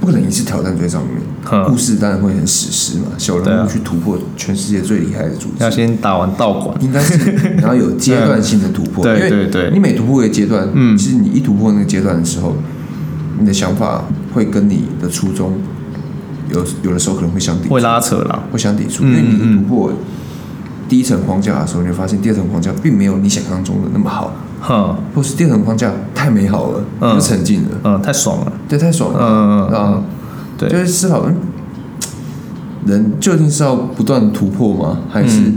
S2: 不可能一次挑战最上面，
S1: 哼
S2: 故事当然会很史诗嘛，小
S1: 嗯对
S2: 人
S1: 啊
S2: 物去突破全世界最厉害的组织
S1: 要。先打完道馆，
S2: 应 该是你要有阶段性的突破，
S1: 对对
S2: 因为
S1: 对对
S2: 你每突破一个阶段，
S1: 嗯
S2: 其实你一突破那个阶段的时候，你的想法会跟你的初衷有有的时候可能会相抵触，
S1: 会拉扯啦。
S2: 会相抵触，
S1: 嗯
S2: 因为你一突破第一层框架的时候，你会发现第二层框架并没有你想象中的那么好，
S1: 哼，
S2: 或是第二层框架太美好了，
S1: 嗯
S2: 你就沉浸了，
S1: 嗯，太爽了。
S2: 对，太爽
S1: 嗯
S2: 了，
S1: 嗯嗯，
S2: 啊，
S1: 对
S2: 就是思考，嗯人究竟是要不断突破吗？还是
S1: 嗯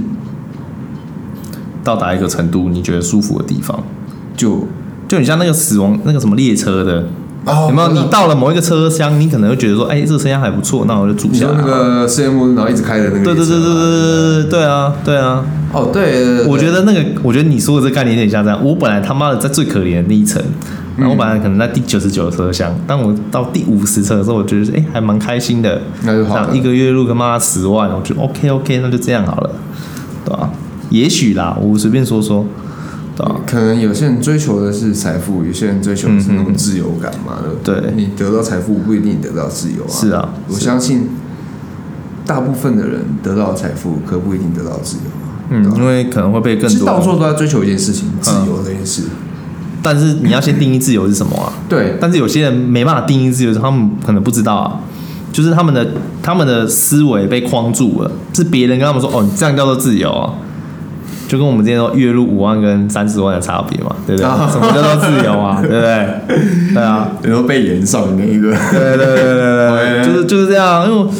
S1: 到达一个程度，你觉得舒服的地方，
S2: 就
S1: 就你像那个死亡那个什么列车的，
S2: 哦
S1: 有没有？
S2: 我知道
S1: 你到了某一个车厢，你可能会觉得说，哎、这个车厢还不错，那我就住
S2: 你
S1: 下
S2: 说
S1: 来
S2: 那
S1: 好了。
S2: 个世界末日，然后一直开的那个
S1: 对对
S2: 列
S1: 对
S2: 车
S1: 对
S2: 吗
S1: 对对对对啊对啊！
S2: 哦，对对，对对
S1: 我觉得那个，我觉得你说的这概念有点像这样。我本来他妈的在最可怜的那一层，
S2: 嗯
S1: 然后我本来可能在第九十九车厢，当我到第五十车的时候，我觉得哎、还蛮开心的。
S2: 那就好
S1: 这
S2: 了
S1: 样一个月入个妈十万，我觉得 OK OK，那就这样好了，对吧、也许啦，我随便说说，对吧、
S2: 可能有些人追求的是财富，有些人追求的是那种自由感嘛，对不
S1: 嗯对
S2: 你得到财富不一定得到自由啊。
S1: 是啊
S2: 我
S1: 是
S2: 相信大部分的人得到财富，可不一定得到自由啊。
S1: 嗯，因为可能会被更
S2: 其实到处
S1: 多，嗯
S2: 都在追求一件事情，自由这件事。
S1: 但是你要先定义自由是什么啊？
S2: 对，
S1: 但是有些人没办法定义自由，他们可能不知道啊，就是他们的他们的思维被框住了，是别人跟他们说哦，你这样叫做自由啊，就跟我们之前说月入五万跟三十万的差别嘛，对不对？
S2: 啊
S1: 什么叫做自由啊？对不对？对啊，
S2: 然后被延上的那个，
S1: 对对对对对，
S2: 哎
S1: 就是就是这样，因为我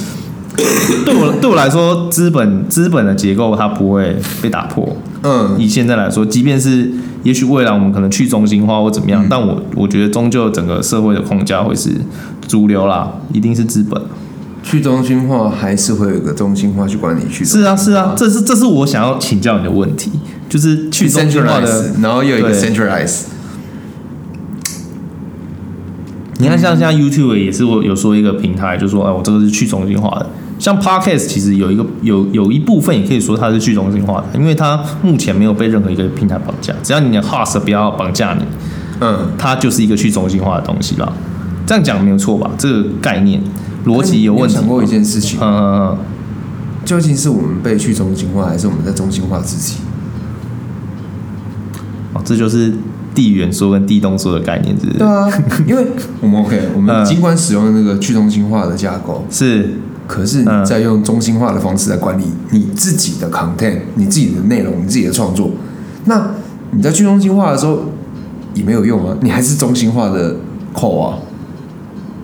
S1: 对我对我来说，资本资本的结构它不会被打破，
S2: 嗯，
S1: 以现在来说，即便是也许未来我们可能去中心化或怎么样，但我我觉得终究整个社会的框架会是主流啦，一定是资本。
S2: 去中心化还是会有一个中心化去管理去中
S1: 是啊，是啊，这是这是我想要请教你的问题，就是去中心化的，
S2: centralize，然后又有一个
S1: 对
S2: centralize，
S1: 你看像现在 YouTube 也是我有说一个平台，就说哎，我这个是去中心化的。像 Podcast 其实有一个有有一部分也可以说它是去中心化的，因为它目前没有被任何一个平台绑架，只要你的 host 不要绑架你，
S2: 嗯，
S1: 它就是一个去中心化的东西啦。这样讲没有错吧？这个概念逻辑有问
S2: 你
S1: 题。
S2: 想过一件事情
S1: 嗯，嗯
S2: 究竟是我们被去中心化，还是我们在中心化自己？
S1: 嗯，哦，这就是地缘说跟地动说的概念，是不是
S2: 对啊，因为 我们 OK，我们
S1: 嗯
S2: 尽管使用那个去中心化的架构，
S1: 是
S2: 可是
S1: 嗯
S2: 你在用中心化的方式来管理你自己的 content、你自己的内容、你自己的创作。那你在去中心化的时候也没有用啊，你还是中心化的扣啊，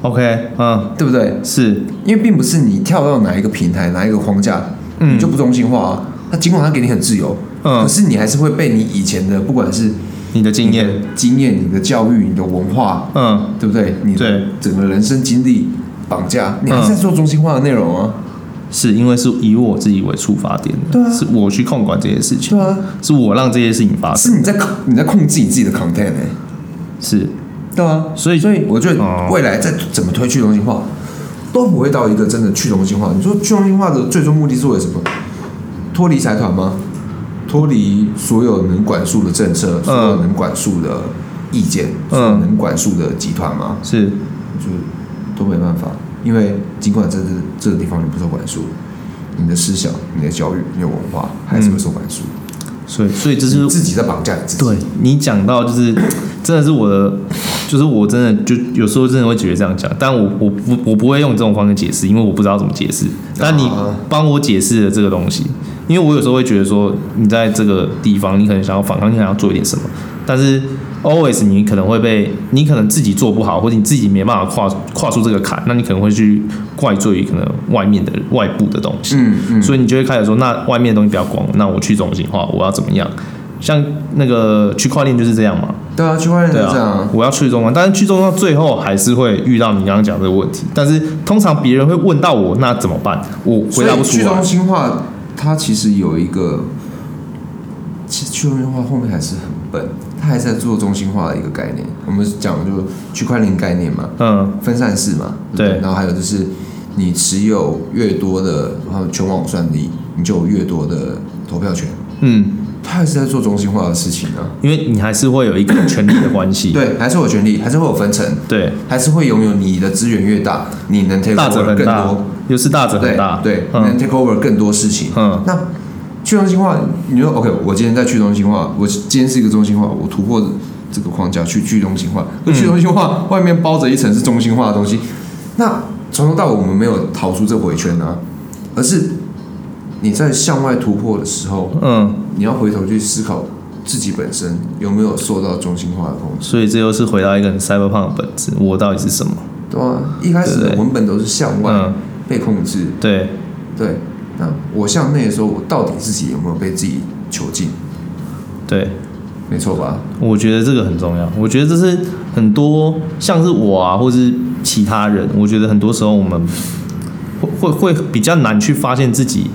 S1: OK，嗯，
S2: 对不对？
S1: 是
S2: 因为并不是你跳到哪一个平台、哪一个框架，
S1: 嗯
S2: 你就不中心化啊。那尽管它给你很自由，
S1: 嗯
S2: 可是你还是会被你以前的不管是
S1: 你的经验，、
S2: 经验、你的教育、你的文化，
S1: 嗯，
S2: 对不对？你的
S1: 对嗯
S2: 整个人生经历绑架，你还是在做中心化的内容啊？
S1: 是因为是以我自己为出发点的，
S2: 对啊
S1: 是我去控管这些事情，
S2: 对啊，
S1: 是我让这些事情发生，
S2: 是你在控你在控制你自己的 content 哎、
S1: 是
S2: 对啊，
S1: 所以
S2: 所以我觉
S1: 哦
S2: 得未来再怎么推去中心化，都不会到一个真的去中心化。你说去中心化的最终目的是为什么？脱离财团吗？脱离所有能管束的政策，所有能管束的意见，所有能管束的集团吗？
S1: 是
S2: 就都没办法，因为尽管在这这个地方你不受管束，你的思想、你的教育、你的文化还是会受管束，
S1: 所以所以这
S2: 你
S1: 是
S2: 自己在绑架你自己。
S1: 对你讲到就是真的是我的，就是我真的就有时候真的会觉得这样讲，但我我不我不会用这种方式解释，因为我不知道怎么解释。但你
S2: 啊
S1: 帮我解释了这个东西，因为我有时候会觉得说，你在这个地方，你可能想要反抗，你想要做一点什么，但是 always 你可能会被你可能自己做不好，或者你自己没办法跨跨出这个坎，那你可能会去怪罪于可能外面的外部的东西，
S2: 嗯嗯，
S1: 所以你就会开始说，那外面的东西不要管我，那我去中心化，我要怎么样？像那个区块链就是这样嘛，
S2: 对啊，区块链就
S1: 对
S2: 这样
S1: 啊
S2: 啊，，
S1: 我要去中央，但是去中央最后还是会遇到你刚刚讲的问题。但是通常别人会问到我，那怎么办？我
S2: 所
S1: 回答不
S2: 以
S1: 出
S2: 去中
S1: 来。
S2: 心化它其实有一个，其实去中心化后面还是很笨，它还是在做中心化的一个概念。我们讲就区块链概念嘛，
S1: 嗯，
S2: 分散式嘛，不
S1: 对
S2: 然后还有就是你持有越多的，然后全网算力，你就有越多的投票权。
S1: 嗯，
S2: 它还是在做中心化的事情啊，
S1: 因为你还是会有一个权利的关系。
S2: 对，还是有权利，还是会有分层，
S1: 对，
S2: 还是会拥有你的资源越大，你能 take
S1: 大
S2: over
S1: 者
S2: 更
S1: 很大
S2: 多，，
S1: 优势大者很
S2: 对
S1: 大。
S2: 对，能
S1: 嗯
S2: take over 更多事情。
S1: 嗯
S2: 那去中心化，你说 OK，我今天在去中心化，我今天是一个中心化，我突破这个框架去去中心化，可去中心化、外面包着一层是中心化的东西，那从头到尾我们没有逃出这回圈啊，而是你在向外突破的时候，
S1: 嗯，
S2: 你要回头去思考自己本身有没有受到中心化的控制，
S1: 所以这又是回到一个很 cyberpunk 的本质，我到底是什么？
S2: 对吧？一开始
S1: 对
S2: 的
S1: 对
S2: 文本都是向外
S1: 嗯，
S2: 被控制，
S1: 对，
S2: 对，那我向内的时候，我到底自己有没有被自己囚禁？
S1: 对。
S2: 没错吧？
S1: 我觉得这个很重要。我觉得这是很多像是我啊，或是其他人，我觉得很多时候我们会会会比较难去发现自己。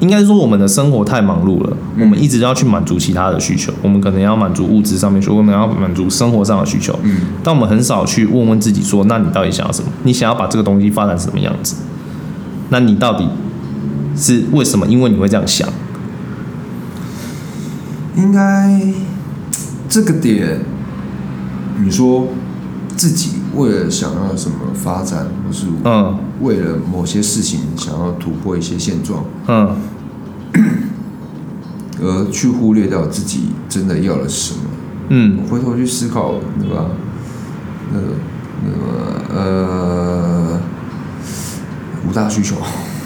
S1: 应该说我们的生活太忙碌了，
S2: 嗯
S1: 我们一直要去满足其他的需求，我们可能要满足物质上面需求，我们要满足生活上的需求，
S2: 嗯，
S1: 但我们很少去问问自己说，那你到底想要什么？你想要把这个东西发展成什么样子？那你到底是为什么？因为你会这样想，
S2: 应该这个点，你说自己为了想要什么发展，或是
S1: 嗯
S2: 为了某些事情想要突破一些现状，
S1: 嗯，
S2: 而去忽略掉自己真的要了什么。
S1: 嗯，
S2: 回头去思考，对吧？那个那个呃五大需求，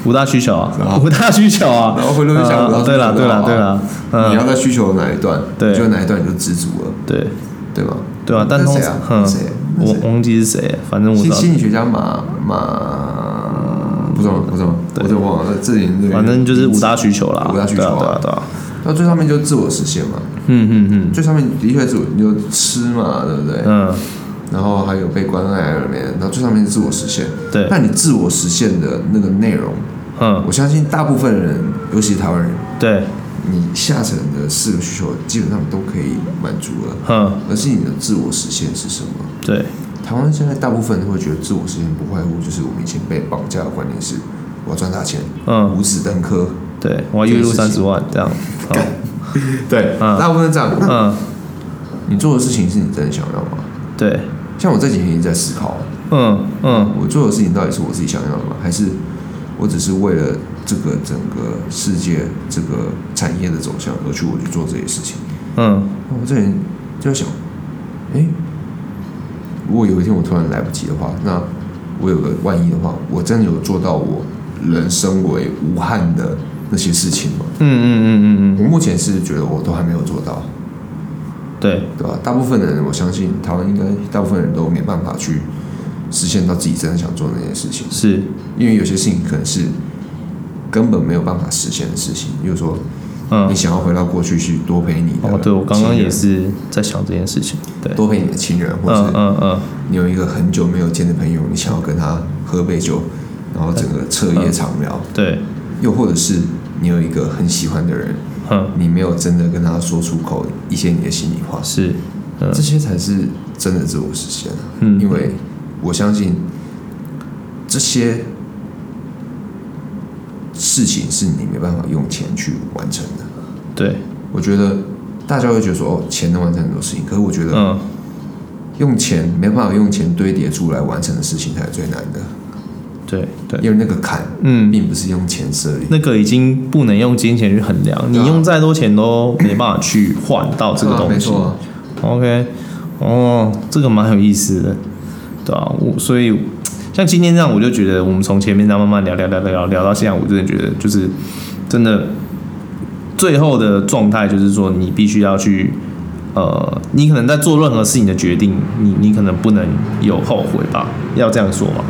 S1: 五大需求啊
S2: 啊，
S1: 五大需求啊，
S2: 然后回头就想五大
S1: 呃
S2: 需求
S1: 对了，对了，对
S2: 了
S1: 了，，
S2: 你要
S1: 嗯，
S2: 在需求的哪一段，
S1: 对
S2: 你就哪一段你就知足了，
S1: 对，
S2: 对吧？
S1: 对啊，但
S2: 那
S1: 通
S2: 谁
S1: 常
S2: 啊，？那
S1: 嗯
S2: 谁？那
S1: 我
S2: 谁
S1: 忘记是谁，反正我知
S2: 心
S1: 道，
S2: 心理学家马马不重要不重要，
S1: 对
S2: 我就忘了这点。这里
S1: 反正就是五大需求啦，
S2: 五大需求
S1: 对啊，对
S2: 啊
S1: 啊，对啊，
S2: 到最上面就是自我实现嘛，
S1: 嗯嗯嗯
S2: 最上面的确是我你就吃嘛，对不对？
S1: 嗯，
S2: 然后还有被关爱而面，然后最上面是自我实现。
S1: 对
S2: 那你自我实现的那个内容，
S1: 嗯，
S2: 我相信大部分人，尤其台湾人，
S1: 对，
S2: 你下层的四个需求基本上都可以满足了，
S1: 嗯，
S2: 而是你的自我实现是什么？
S1: 对，
S2: 台湾现在大部分人会觉得自我实现不外乎就是我们以前被绑架的观念是，我要赚大钱，
S1: 嗯，
S2: 五子登科，
S1: 对，我要月入
S2: 这件
S1: 三
S2: 事
S1: 十
S2: 情
S1: 万这样，
S2: 干 对，
S1: 嗯
S2: 大部分这样。啊那
S1: 嗯，
S2: 你做的事情是你真的想要吗？
S1: 对，
S2: 像我这几天一直在思考，
S1: 嗯嗯，
S2: 我做的事情到底是我自己想要的吗？还是我只是为了这个整个世界这个产业的走向而去我去做这些事情？
S1: 嗯，
S2: 那我这人就在想，诶，如果有一天我突然来不及的话，那我有个万一的话，我真的有做到我人生为无憾的那些事情吗？
S1: 嗯嗯嗯嗯
S2: 我目前是觉得我都还没有做到，
S1: 嗯，对，
S2: 对吧？大部分的人，我相信台湾应该大部分人都没办法去实现到自己真的想做的那些事情，
S1: 是，
S2: 因为有些事情可能是根本没有办法实现的事情，比如说
S1: 嗯
S2: 你，想要回到过去去多陪你的
S1: 哦，对我刚刚
S2: 亲人
S1: 也是在想这件事情，对，
S2: 多陪你的亲人，或
S1: 嗯
S2: 是
S1: 嗯嗯，
S2: 你有一个很久没有见的朋友，你想要跟他喝杯酒，然后整个彻夜长聊；
S1: 对，
S2: 又或者是你有一个很喜欢的人，
S1: 嗯，
S2: 你没有真的跟他说出口一些你的心里话，
S1: 是，嗯
S2: 这些才是真的自我实现啊！
S1: 嗯，
S2: 因为我相信这些事情是你没办法用钱去完成的。
S1: 对，
S2: 我觉得大家会觉得说，哦，钱能完成很多事情，可是我觉得
S1: 嗯。
S2: 用钱没办法用钱堆叠出来完成的事情才是最难的。
S1: 对对，
S2: 因为那个坎
S1: 嗯，
S2: 并不是用钱设立。
S1: 那个已经不能用金钱去衡量，你
S2: 对啊
S1: 用再多钱都没办法去换到这个
S2: 对啊
S1: 东
S2: 没
S1: 西。
S2: 错啊，
S1: OK，哦，这个蛮有意思的，对啊，我所以像今天这样，我就觉得我们从前面这样慢慢聊聊聊聊聊到现在，我真的觉得就是真的最后的状态就是说，你必须要去呃，你可能在做任何事情的决定，你你可能不能有后悔吧？要这样说吗？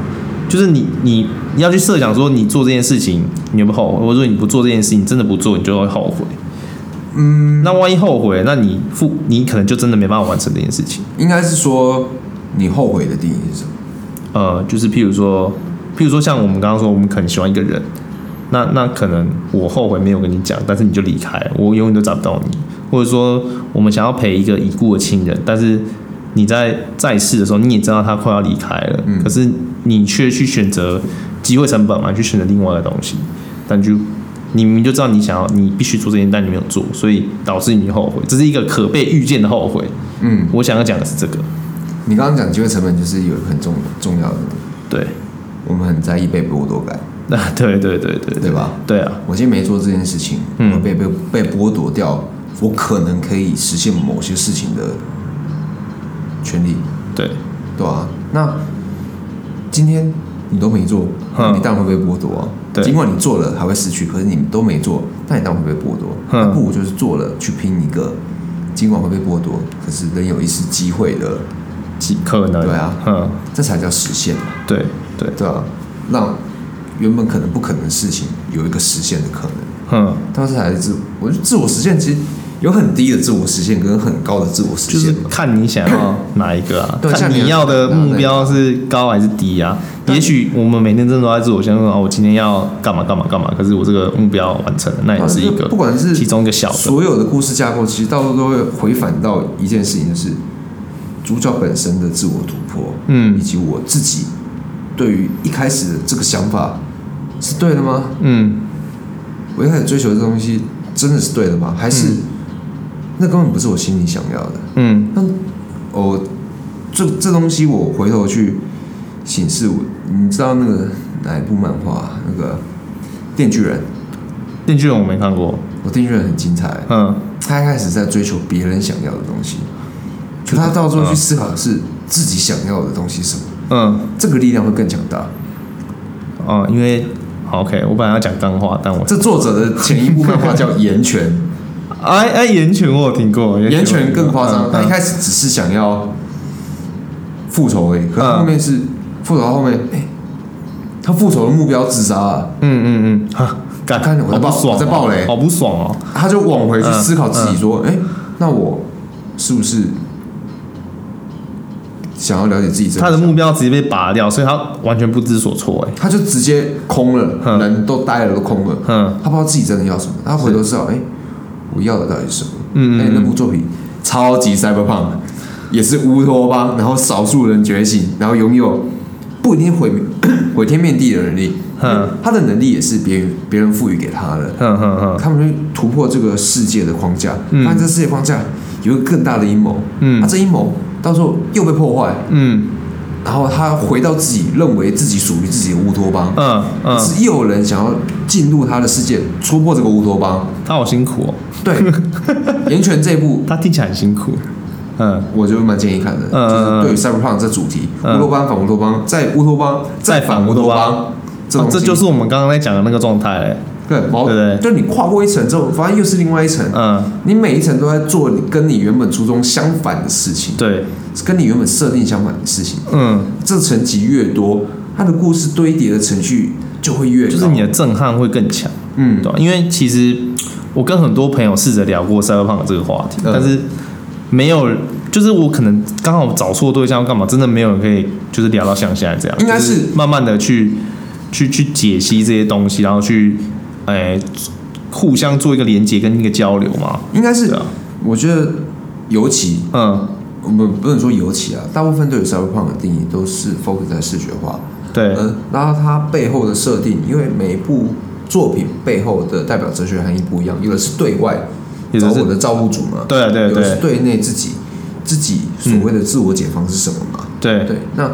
S1: 就是你你你要去设想说，你做这件事情你有没有后悔，或者说你不做这件事情，真的不做你就会后悔。嗯，那万一后悔，那你负你可能就真的没办法完成这件事情。
S2: 应该是说你后悔的定义是什么？
S1: 呃，就是譬如说，譬如说像我们刚刚说，我们很喜欢一个人，那那可能我后悔没有跟你讲，但是你就离开，我永远都找不到你，或者说我们想要陪一个已故的亲人，但是你在在世的时候你也知道他快要离开了，可是你却去选择机会成本嘛，去选择另外的东西，但就。你明明就知道你想要，你必须做这件事，但你没有做，所以导致你后悔，这是一个可被预见的后悔。
S2: 嗯，
S1: 我想要讲的是这个，
S2: 你刚刚讲机会成本就是有一个很重重要的，
S1: 对，
S2: 我们很在意被剥夺感，
S1: 那对对对对
S2: 对吧？
S1: 对啊，
S2: 我今天没做这件事情，
S1: 嗯
S2: 我被被被剥夺掉，我可能可以实现某些事情的权利，
S1: 对，
S2: 对啊，那今天你都没做，那
S1: 嗯
S2: 你当然会被剥夺啊。
S1: 对
S2: 尽管你做了还会失去，可是你都没做，那你当然会被剥夺。
S1: 嗯
S2: 那不如就是做了去拼一个，尽管会被剥夺，可是仍有一丝机会的，
S1: 几可能
S2: 对啊
S1: 嗯，
S2: 这才叫实现嘛，
S1: 对对，
S2: 对啊，让原本可能不可能的事情有一个实现的可能。
S1: 嗯，
S2: 但是还是自，我觉得自我实现其实有很低的自我实现跟很高的自我实
S1: 就是
S2: 现嘛。
S1: 看你想要 哪一个啊，
S2: 嗯对
S1: 看
S2: 像你
S1: 要的目标是高还是低啊。
S2: 对
S1: 也许我们每天真的都在自我相信啊，我今天要干嘛干嘛干嘛，可是我这个目标完成了，那也是一
S2: 啊
S1: 个
S2: 不管是
S1: 其中一个小的，
S2: 所有的故事架构其实到时候都会回返到一件事情，就是主角本身的自我突破，以
S1: 嗯
S2: 及我自己对于一开始的这个想法是对的吗？
S1: 嗯，
S2: 我一开始追求这东西真的是对的吗？还是、那根本不是我心里想要的？
S1: 嗯
S2: 那我这这东西我回头去醒视我，你知道那个哪一部漫画啊？那个《电锯人》，
S1: 电锯人我没看过，
S2: 我《电锯人》很精彩。
S1: 嗯
S2: 他一开始在追求别人想要的东西，可他到最后去思考的是自己想要的东西是什么，
S1: 嗯
S2: 这个力量会更强大。
S1: 哦，因为好 OK，我本来要讲脏话，但我
S2: 这作者的前一部漫画叫《岩泉
S1: 哎哎，岩泉我有听过，》，
S2: 岩
S1: 我有
S2: 泉
S1: 听过
S2: 更夸张，
S1: 嗯
S2: 他一
S1: 嗯
S2: 开始只是想要复仇而已，可是
S1: 嗯
S2: 后面是复仇到后面，哎，他复仇的目标自杀了，
S1: 嗯嗯嗯，哈，干
S2: 干我
S1: 好
S2: 在
S1: 不
S2: 爆
S1: 爽哦，
S2: 我在爆雷
S1: 好不爽哦，
S2: 他就往回
S1: 嗯
S2: 去思考自己说，哎，那我是不是想要了解自己真
S1: 他
S2: 的
S1: 的目标直接被拔掉，所以他完全不知所措、哎，
S2: 他就直接空了，
S1: 嗯
S2: 人都呆了，都空了。
S1: 嗯
S2: 他不知道自己真的要什么，他回头知道，哎、我要的到底是什么？
S1: 嗯
S2: 哎、那部作品超级 cyberpunk，也是乌托邦，然后少数人觉醒，然后拥有不一定毁 毁天灭地的能力，
S1: 嗯
S2: 他的能力也是别人别人赋予给他的，
S1: 哼哼哼，
S2: 他们去突破这个世界的框架，
S1: 嗯
S2: 但这世界框架有一个更大的阴谋，
S1: 嗯
S2: 啊，这阴谋到时候又被破坏，
S1: 嗯
S2: 然后他回到自己认为自己属于自己的乌托邦，
S1: 嗯
S2: 可
S1: 嗯，
S2: 是又有人想要进入他的世界，戳破这个乌托邦。
S1: 他好辛苦哦，
S2: 对， 岩泉这一部，
S1: 他听起来很辛苦，嗯，
S2: 我就蛮建议看的，
S1: 嗯
S2: 就是对于 cyberpunk 这主题，
S1: 嗯
S2: 乌托邦反乌托邦，在乌托邦再反乌托邦，这
S1: 哦
S2: 种、
S1: 这就是我们刚刚在讲的那个状态、哎，
S2: 对矛
S1: 对不
S2: 就你跨过一层之后，发现又是另外一层。
S1: 嗯，
S2: 你每一层都在做你跟你原本初衷相反的事情，
S1: 对，
S2: 跟你原本设定相反的事情。
S1: 嗯，
S2: 这层级越多，它的故事堆叠的程序就会越高。
S1: 就是你的震撼会更强，
S2: 嗯，
S1: 对吧、因为其实我跟很多朋友试着聊过赛 y 胖 e 这个话题，
S2: 嗯
S1: 但是没有，就是我可能刚好找错对象要干嘛，真的没有人可以就是聊到像现在这样，
S2: 应该是
S1: 就慢慢的去去去解析这些东西，然后去哎、互相做一个连接跟一个交流嘛，
S2: 应该是
S1: 对啊，
S2: 我觉得尤其
S1: 嗯，
S2: 我们不能说尤其啊，大部分对于 cyberpunk 的定义都是 focus 在视觉化，
S1: 对，
S2: 呃，然后它背后的设定，因为每一部作品背后的代表哲学含义不一样，有的是对外
S1: 有
S2: 找
S1: 的是
S2: 我的照顾主嘛，
S1: 对啊对啊
S2: 有
S1: 对
S2: 的
S1: 啊
S2: 是对内自己自己所谓的自我解放是什么嘛，
S1: 对，
S2: 对，那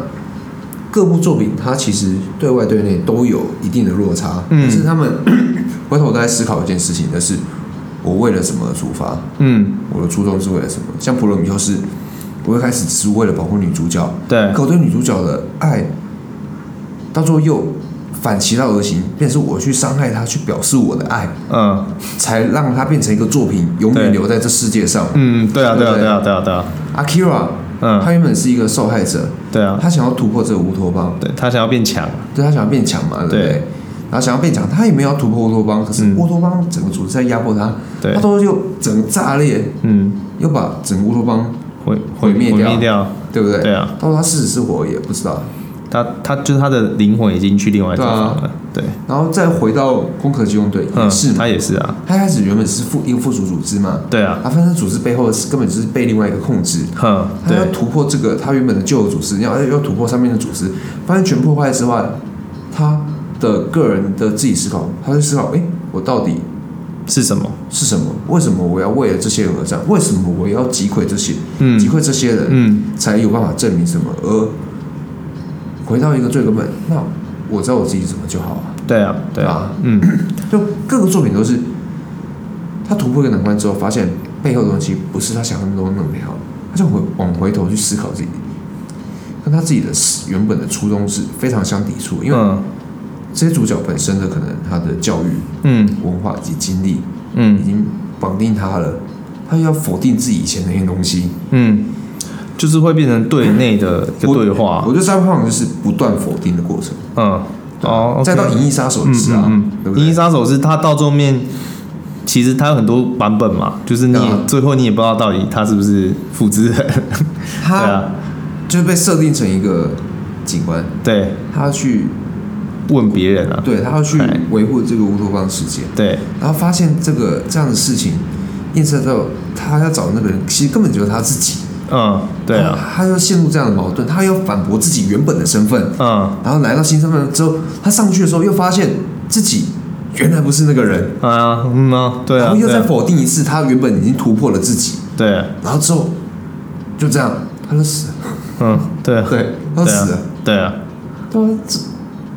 S2: 各部作品它其实对外对内都有一定的落差，
S1: 嗯
S2: 但是他们 回头都在思考一件事情，就是我为了什么而出发，
S1: 嗯，
S2: 我的初衷是为了什么？像普罗米修斯，我一开始只是为了保护女主角，
S1: 对，
S2: 可我对女主角的爱，到最后又反其道而行，便是我去伤害他，去表示我的爱，
S1: 嗯
S2: 才让他变成一个作品，永
S1: 对
S2: 远留在这世界上。
S1: 嗯，对啊对啊
S2: 对
S1: 对啊对啊对啊，
S2: Akira，他
S1: 嗯
S2: 原本是一个受害者，
S1: 对啊，
S2: 他想要突破这个乌托邦，
S1: 对他想要变强，
S2: 对他想要变强嘛，对不对？
S1: 对
S2: 然后想要变强，他也没有要突破乌托邦，可是
S1: 嗯
S2: 乌托邦整个组织在压迫他，
S1: 对
S2: 他，都就整个炸裂，
S1: 嗯，
S2: 又把整个乌托邦，
S1: 毁
S2: 毁灭
S1: 毁
S2: 掉
S1: 灭掉，
S2: 对不对？
S1: 对啊，
S2: 到时候他是死是活也不知道。
S1: 他他就是他的灵魂已经去另外一个地方了，对，
S2: 然后再回到攻壳机动队也
S1: 嗯
S2: 啊是，嘛，
S1: 他也是啊，
S2: 他一开始原本是附一个附属组织嘛，
S1: 对啊，
S2: 他发现组织背后是根本就是被另外一个控制，
S1: 哼，
S2: 他要
S1: 对，
S2: 突破这个他原本的旧的组织，要要突破上面的组织，发现全破坏之外，啊他的个人的自己思考，他就思考，诶，我到底
S1: 是什么？
S2: 是什么？为什么我要为了这些人而战？为什么我要击溃这些
S1: 嗯
S2: 击溃这些人，
S1: 嗯，
S2: 才有办法证明什么？而回到一个最根本，那我知道我自己怎么就好了、
S1: 对啊对啊，嗯
S2: 就各个作品都是，他突破一个难关之后，发现背后的东西不是他想象中那么美好，他就回往回头去思考自己，跟他自己的原本的初衷是非常相抵触，因为
S1: 嗯
S2: 这些主角本身的可能他的教育、
S1: 嗯
S2: 文化以及经历已
S1: 嗯
S2: 经绑定他了，他要否定自己以前那些东西。
S1: 嗯，就是会变成对内的一个对话
S2: 我，觉得三胖就是不断否定的过程，
S1: 嗯，哦，OK，
S2: 啊再到《银翼杀手》也是啊，
S1: 嗯
S2: 对
S1: 嗯
S2: 不
S1: 银翼
S2: 对？
S1: 杀手是它到后面，其实它有很多版本嘛，就是你也、
S2: 对啊
S1: 最后你也不知道到底它是不是复制人。对
S2: 他
S1: 啊，
S2: 就是被设定成一个警官，
S1: 对，
S2: 他要去
S1: 问别人啊，
S2: 对他要去
S1: 哎
S2: 维护这个乌托邦世界，
S1: 对
S2: 然后发现这个这样的事情，映射到他要找那个人，其实根本就是他自己。
S1: 嗯，对啊，
S2: 他，他又陷入这样的矛盾，他又反驳自己原本的身份，
S1: 嗯，
S2: 然后来到新身份之后，他上去的时候又发现自己原来不是那个人，
S1: 啊，嗯啊，对
S2: 然
S1: 啊
S2: 后，又
S1: 对
S2: 再
S1: 啊
S2: 否定一次他原本已经突破了自己，
S1: 对，
S2: 然后之后就这样，他就死了，
S1: 嗯，对啊，
S2: 对，他就
S1: 对
S2: 死
S1: 啊
S2: 了，，
S1: 对啊，
S2: 对啊，这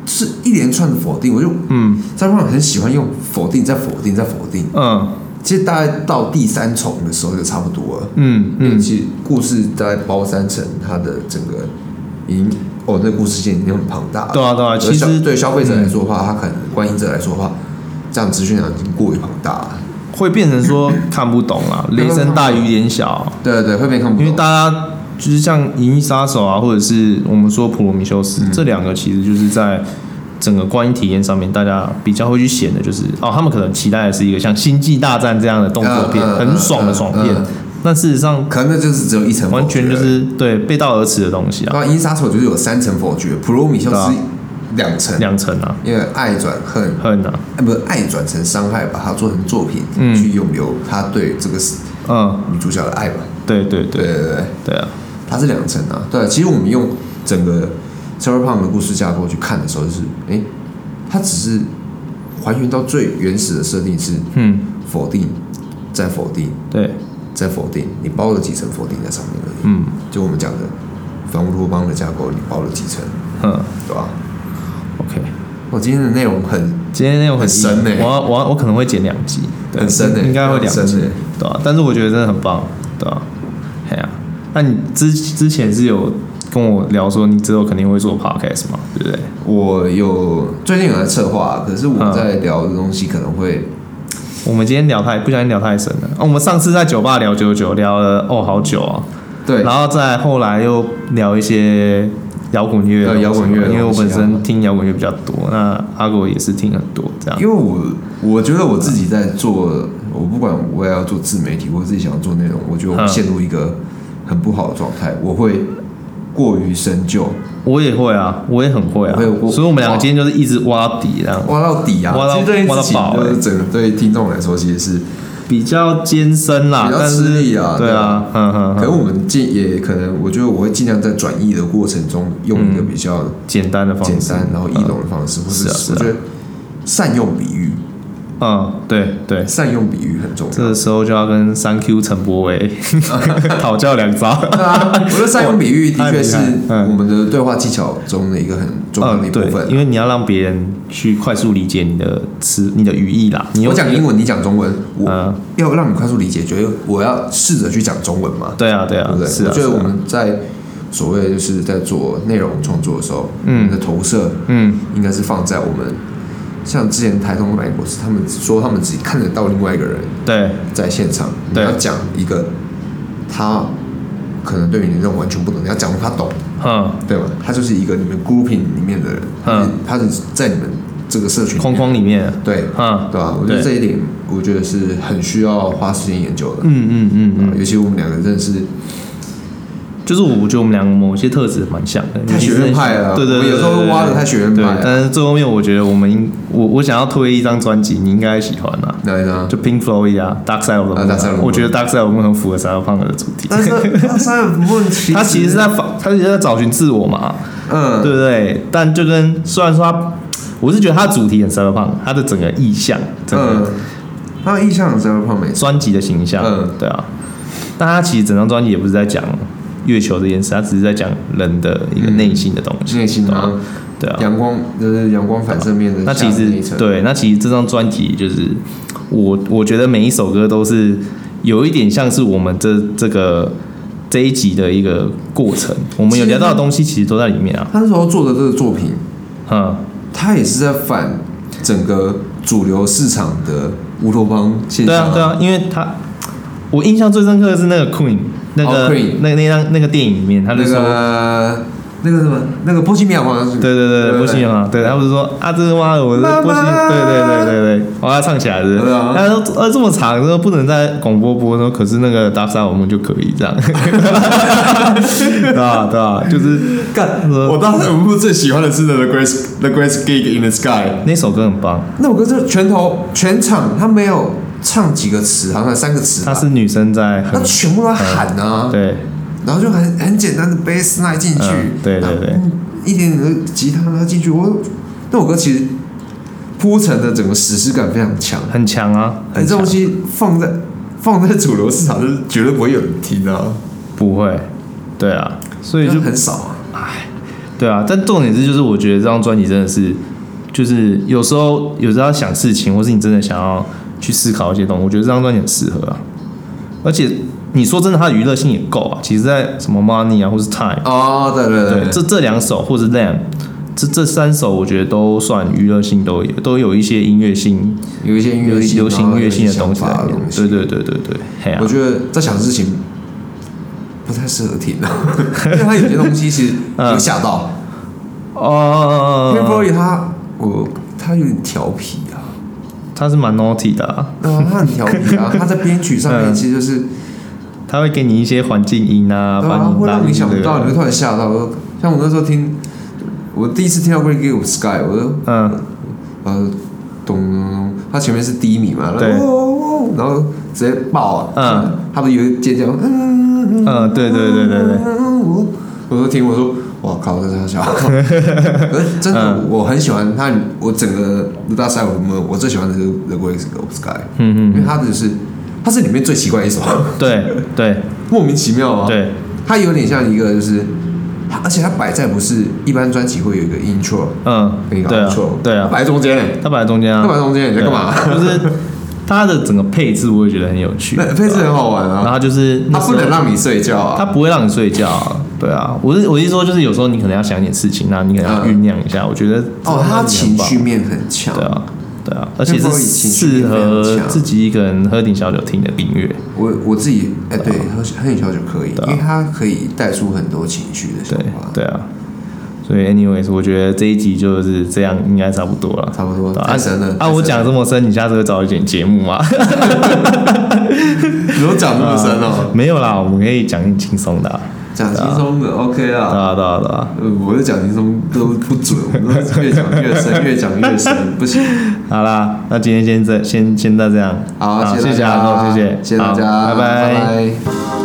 S2: 是一连串的否定，我就
S1: 嗯
S2: 张胖很喜欢用否定再否定再否定。
S1: 嗯
S2: 其实大概到第三重的时候就差不多了，
S1: 嗯
S2: 因为
S1: 嗯，
S2: 其实故事大概包三层，它的整个已经哦，那故事线已经很庞大了。
S1: 对啊对啊，
S2: 而
S1: 其
S2: 消
S1: 实
S2: 对消费者来说的话，他可能观影者来说的话，这样资讯量已经过于庞大了。
S1: 会变成说看不懂啊，雷声大雨点小啊、
S2: 对对对，会被看不
S1: 因为
S2: 懂。
S1: 大家就是像《银翼杀手》啊，或者是我们说《普罗米修
S2: 嗯
S1: 斯》这两个，其实就是在整个观影体验上面，大家比较会去选的，就是哦，他们可能期待的是一个像《星际大战》这样的动作片，
S2: 嗯嗯嗯
S1: 很爽的爽片
S2: 嗯嗯，
S1: 但事实上
S2: 可能那就是只有一层否决，
S1: 完全就是对背道而驰的东西啊，
S2: 然后《银翼杀手》就是有三层否决，《普罗米修斯
S1: 对啊》
S2: 两层，
S1: 两层啊，
S2: 因为爱转恨，
S1: 恨啊，
S2: 哎，不是爱转成伤害，把它做成作品，
S1: 嗯
S2: 去永留他对这个
S1: 嗯，
S2: 女主角的爱吧。
S1: 对对对
S2: 对对对。
S1: 对啊，
S2: 它是两层啊。对，其实我们用整个 s e r v e r Pump 的故事架构去看的时候，就是，哎、它只是还原到最原始的设定是
S1: 嗯，
S2: 否定，再否定，
S1: 对，
S2: 再否定，你包了几层否定在上面而已。
S1: 嗯
S2: 就我们讲的反乌托邦的架构，你包了几层，
S1: 嗯
S2: 对吧？
S1: ，OK，
S2: 我今天的内容很
S1: 今天内容很硬
S2: 很深欸
S1: 我要我要我可能会剪两集，对
S2: 很深欸
S1: 应该会两
S2: 很
S1: 集
S2: 深欸，
S1: 对啊，但是我觉得真的很棒，对啊，哎呀、那你之之前是有跟我聊说你之后肯定会做 podcast 嘛，对不对？
S2: 我有最近有在策划，啊可是我
S1: 嗯
S2: 在聊的东西可能会，
S1: 我们今天聊太不小心聊太深了，啊、我们上次在酒吧聊九九聊了哦好久啊，
S2: 对
S1: 然后再后来又聊一些摇滚乐的东
S2: 对
S1: 西，
S2: 摇滚乐的
S1: 因为我
S2: 东西啊
S1: 本身听摇滚乐比较多，那阿狗也是听很多这样，
S2: 因为我我觉得我自己在做，我不管我也要做自媒体，我自己想要做内容，我觉得我
S1: 嗯
S2: 陷入一个很不好的状态，我会过于深究，
S1: 我也会啊，我也很会啊
S2: 我也我，
S1: 所以我们两个今天就是一直挖到底这样。
S2: 挖到底啊！
S1: 挖到
S2: 其实这件事情
S1: 挖到宝欸
S2: 就是整个对听众来说其实是，
S1: 比较艰深啦，
S2: 比较
S1: 但是
S2: 吃力啊
S1: 对啊，嗯嗯，
S2: 可
S1: 嗯
S2: 能我们尽也可能，我觉得我会尽量在转译的过程中用一个比较
S1: 简单的方
S2: 简
S1: 式，
S2: 单然后易懂的方式，或
S1: 嗯是啊
S2: 是
S1: 是啊
S2: 我觉得善用比喻，
S1: 嗯，对对，
S2: 善用比喻很重要。
S1: 这个时候就要跟三 Q 陈柏伟 讨教两招，
S2: 对啊，我觉得善用比喻的确是
S1: 太厉害嗯
S2: 我们的对话技巧中的一个很重要的一
S1: 嗯，
S2: 部
S1: 对
S2: 分，。
S1: 因为你要让别人去快速理解你的词、你的语义啦，你
S2: 我
S1: 用
S2: 讲英文，你讲中文，我
S1: 嗯
S2: 要让你快速理解，觉得我要试着去讲中文嘛，
S1: 对啊对
S2: 对
S1: 啊
S2: 不，对？
S1: 是啊，
S2: 我觉得
S1: 是啊
S2: 我们在所谓就是在做内容创作的时候，
S1: 嗯
S2: 我们的投射
S1: 嗯
S2: 应该是放在我们像之前台东买博士，他们说他们只看得到另外一个人
S1: 对
S2: 在现场，你
S1: 对
S2: 要讲一个他可能对于你这种完全不懂，你要讲他懂，
S1: 嗯
S2: 对吗？他就是一个你们 grouping 里面的人，
S1: 嗯
S2: 他是在你们这个社群里面
S1: 框框里面
S2: 对，
S1: 嗯
S2: 对吧、我觉
S1: 对
S2: 得这一点，我觉得是很需要花时间研究的。
S1: 嗯嗯嗯嗯，
S2: 啊尤其我们两个认识，
S1: 就是我觉得我们两个某些特质蛮像的，
S2: 太学院派了
S1: 对对对，
S2: 我有时候
S1: 对对对
S2: 挖得太学院派了
S1: 对但是最后面我觉得我们应我我想要推一张专辑，你应该喜欢啊，
S2: 哪一张？
S1: 就 Pink Floyd 啊，Dark Side of the
S2: 啊
S1: Moon，
S2: Dark Side of the Moon 嗯
S1: 我觉得 Dark Side of the Moon 很符合 s a r a p u n 的主题。
S2: 但是他三个问题，
S1: 他其实是在访，他其实在找寻自我嘛，
S2: 嗯，
S1: 对不对？但就跟虽然说他，我是觉得他的主题很 s a r a p u n 他的整个意象，整
S2: 嗯
S1: 个，
S2: 他的意向是要胖妹，
S1: 专辑的形象，
S2: 嗯
S1: 对啊。但他其实整张专辑也不是在讲月球这件事，他只是在讲人的一个
S2: 嗯
S1: 内心的东西，
S2: 内心啊，
S1: 对啊。
S2: 阳光就是阳光反射面的
S1: 那
S2: 下
S1: 其
S2: 面那一
S1: 实
S2: 层，
S1: 对，那其实这张专辑就是我，我觉得每一首歌都是有一点像是我们这这个这一集的一个过程，我们有聊到的东西其实都在里面啊。
S2: 他那时候做的这个作品，
S1: 嗯，
S2: 他也是在反整个主流市场的乌托邦现
S1: 对
S2: 象、
S1: 啊，对啊，因为他我印象最深刻的是那个 Queen，那个、
S2: 哦，Queen
S1: 那个那张那个电影里面，他就
S2: 那
S1: 说。
S2: 个那个什么，那个波西米亚狂想曲，
S1: 对对对，对不行啊！对他不是说啊，这他妈的，我是
S2: 妈妈
S1: 不行，对对对对对，我要唱起来是不是
S2: 对啊
S1: 他说呃这么长，说不能在广播播，说可是那个搭讪我们就可以这样，对啊对啊，就是干
S3: 我
S2: 嗯
S1: 说
S3: 当时舞步最喜欢的是 The Great The Great Gig in the Sky，
S1: 那首歌很棒，
S2: 那首歌就是全头全场他没有唱几个词，好像三个词吧，
S1: 她是女生在
S2: 他
S1: 很
S2: 全部都在喊啊，
S1: 对
S2: 然后就很很简单的 bass line 进去，
S1: 嗯对对对
S2: 然后一点点的吉他拉进去，我那首歌其实铺陈的整个史诗感非常强，
S1: 很强啊，
S2: 哎，
S1: 很
S2: 这
S1: 强
S2: 东西放在放在主流市场是绝对不会有人听的、啊，
S1: 不会，对啊，所以就
S2: 因为很少啊，
S1: 对啊，但重点是，就是我觉得这张专辑真的是，就是有时候有时候要想事情，或是你真的想要去思考一些东西，我觉得这张专辑很适合啊。而且你说真的，它的娱乐性也够啊。其实，在什么 Money 啊，或是 Time，
S2: 哦，对对
S1: 对，
S2: 对，
S1: 这这两首或是 Lamb，这这三首我觉得都算娱乐性都有，都有一些音乐性、
S2: 有一些音
S1: 有
S2: 乐
S1: 一
S2: 性啊
S1: 流行音乐性的
S2: 然后
S1: 东西
S2: 有一些想法
S1: 在
S2: 的
S1: 里面
S2: 东。
S1: 对
S2: 西，
S1: 对对对对，嘿啊
S2: 我，觉得在想事情不太适合听，啊 因为他有些东西其实
S1: 嗯
S2: 有吓到。因
S1: 哦
S2: 为 b r y 他我他有点调皮啊，
S1: 他是蛮 naughty 的、啊，
S2: 对啊，他很调皮啊，他在编曲上面
S1: 嗯
S2: 其实就是
S1: 他会给你一些环境音啊，
S2: 对
S1: 把
S2: 啊，会
S1: 拉
S2: 让
S1: 进
S2: 你想不
S1: 这个
S2: 到，你会突然吓到。我像我那时候听，我第一次听到 Great Gig of Sky，我就
S1: 嗯。
S2: 呃咚咚咚，他前面是低迷嘛，
S1: 对
S2: 然后哦哦哦然后直接爆啊，
S1: 嗯，
S2: 他们有一尖叫，嗯嗯
S1: 嗯，对对对对对，
S2: 我我都听我说，哇靠，这是 小，可是真的、
S1: 嗯
S2: 我很喜欢他，我整个《大赛我们我最喜欢的是《The Great of Sky》，
S1: 嗯
S2: 因为他就是他是里面最奇怪的一 首，
S1: 嗯，对对
S2: 莫名其妙啊，，
S1: 对，
S2: 他有点像一个就是，它而且他摆在不是一般专辑会有一个 intro
S1: 嗯，
S2: 跟一个
S1: 对
S2: outro，
S1: 啊对
S2: 它
S1: 啊，
S2: 摆在中间，
S1: 他摆在中间啊，
S2: 他摆在中间你在干嘛？
S1: 对啊 就是它的整个配置，我也觉得很有趣，
S2: 那配置很好玩
S1: 然后
S2: 啊，
S1: 它就是
S2: 他
S1: 那
S2: 不
S1: 时
S2: 能
S1: 候。
S2: 让你睡觉
S1: 它
S2: 啊，
S1: 嗯不会让你睡觉啊、对啊。我是我是说，就是有时候你可能要想一点事情，那你可能要
S2: 嗯
S1: 酝酿一下。我觉得
S2: 哦，他情绪
S1: 面
S2: 面很强，
S1: 对啊，对啊，而且
S2: 那
S1: 是
S2: 不会情绪
S1: 适
S2: 面
S1: 合
S2: 非常强
S1: 自己一个人喝点小酒听的音乐。
S2: 我我自己哎、对，
S1: 啊
S2: 喝喝点小酒可以，因为它可以带出很多情绪的想
S1: 对
S2: 法。
S1: 啊对啊，所以 anyways，我觉得这一集就是这样，应该差不多了。
S2: 差不多
S1: 对啊
S2: 太深了
S1: 啊，
S2: 太深
S1: 我讲这么深，你下次会找一点节目 吗？
S2: 你都讲那么深哦、
S1: 没有啦，我们可以讲点轻松的啊。
S2: 讲轻松的 OK
S1: 对
S2: 啊。
S1: 啊，对啊，对啊。
S2: 呃，我的讲轻松都不准，我们都越讲越深，越讲越深，不行。
S1: 好啦，啊那今天先这先先到这样。
S2: 好，
S1: 谢
S2: 谢
S1: 谢
S2: 大
S1: 阿
S2: 家，
S1: 诺，谢谢，
S2: 谢谢大
S1: 好
S2: 家，
S1: 拜
S2: 拜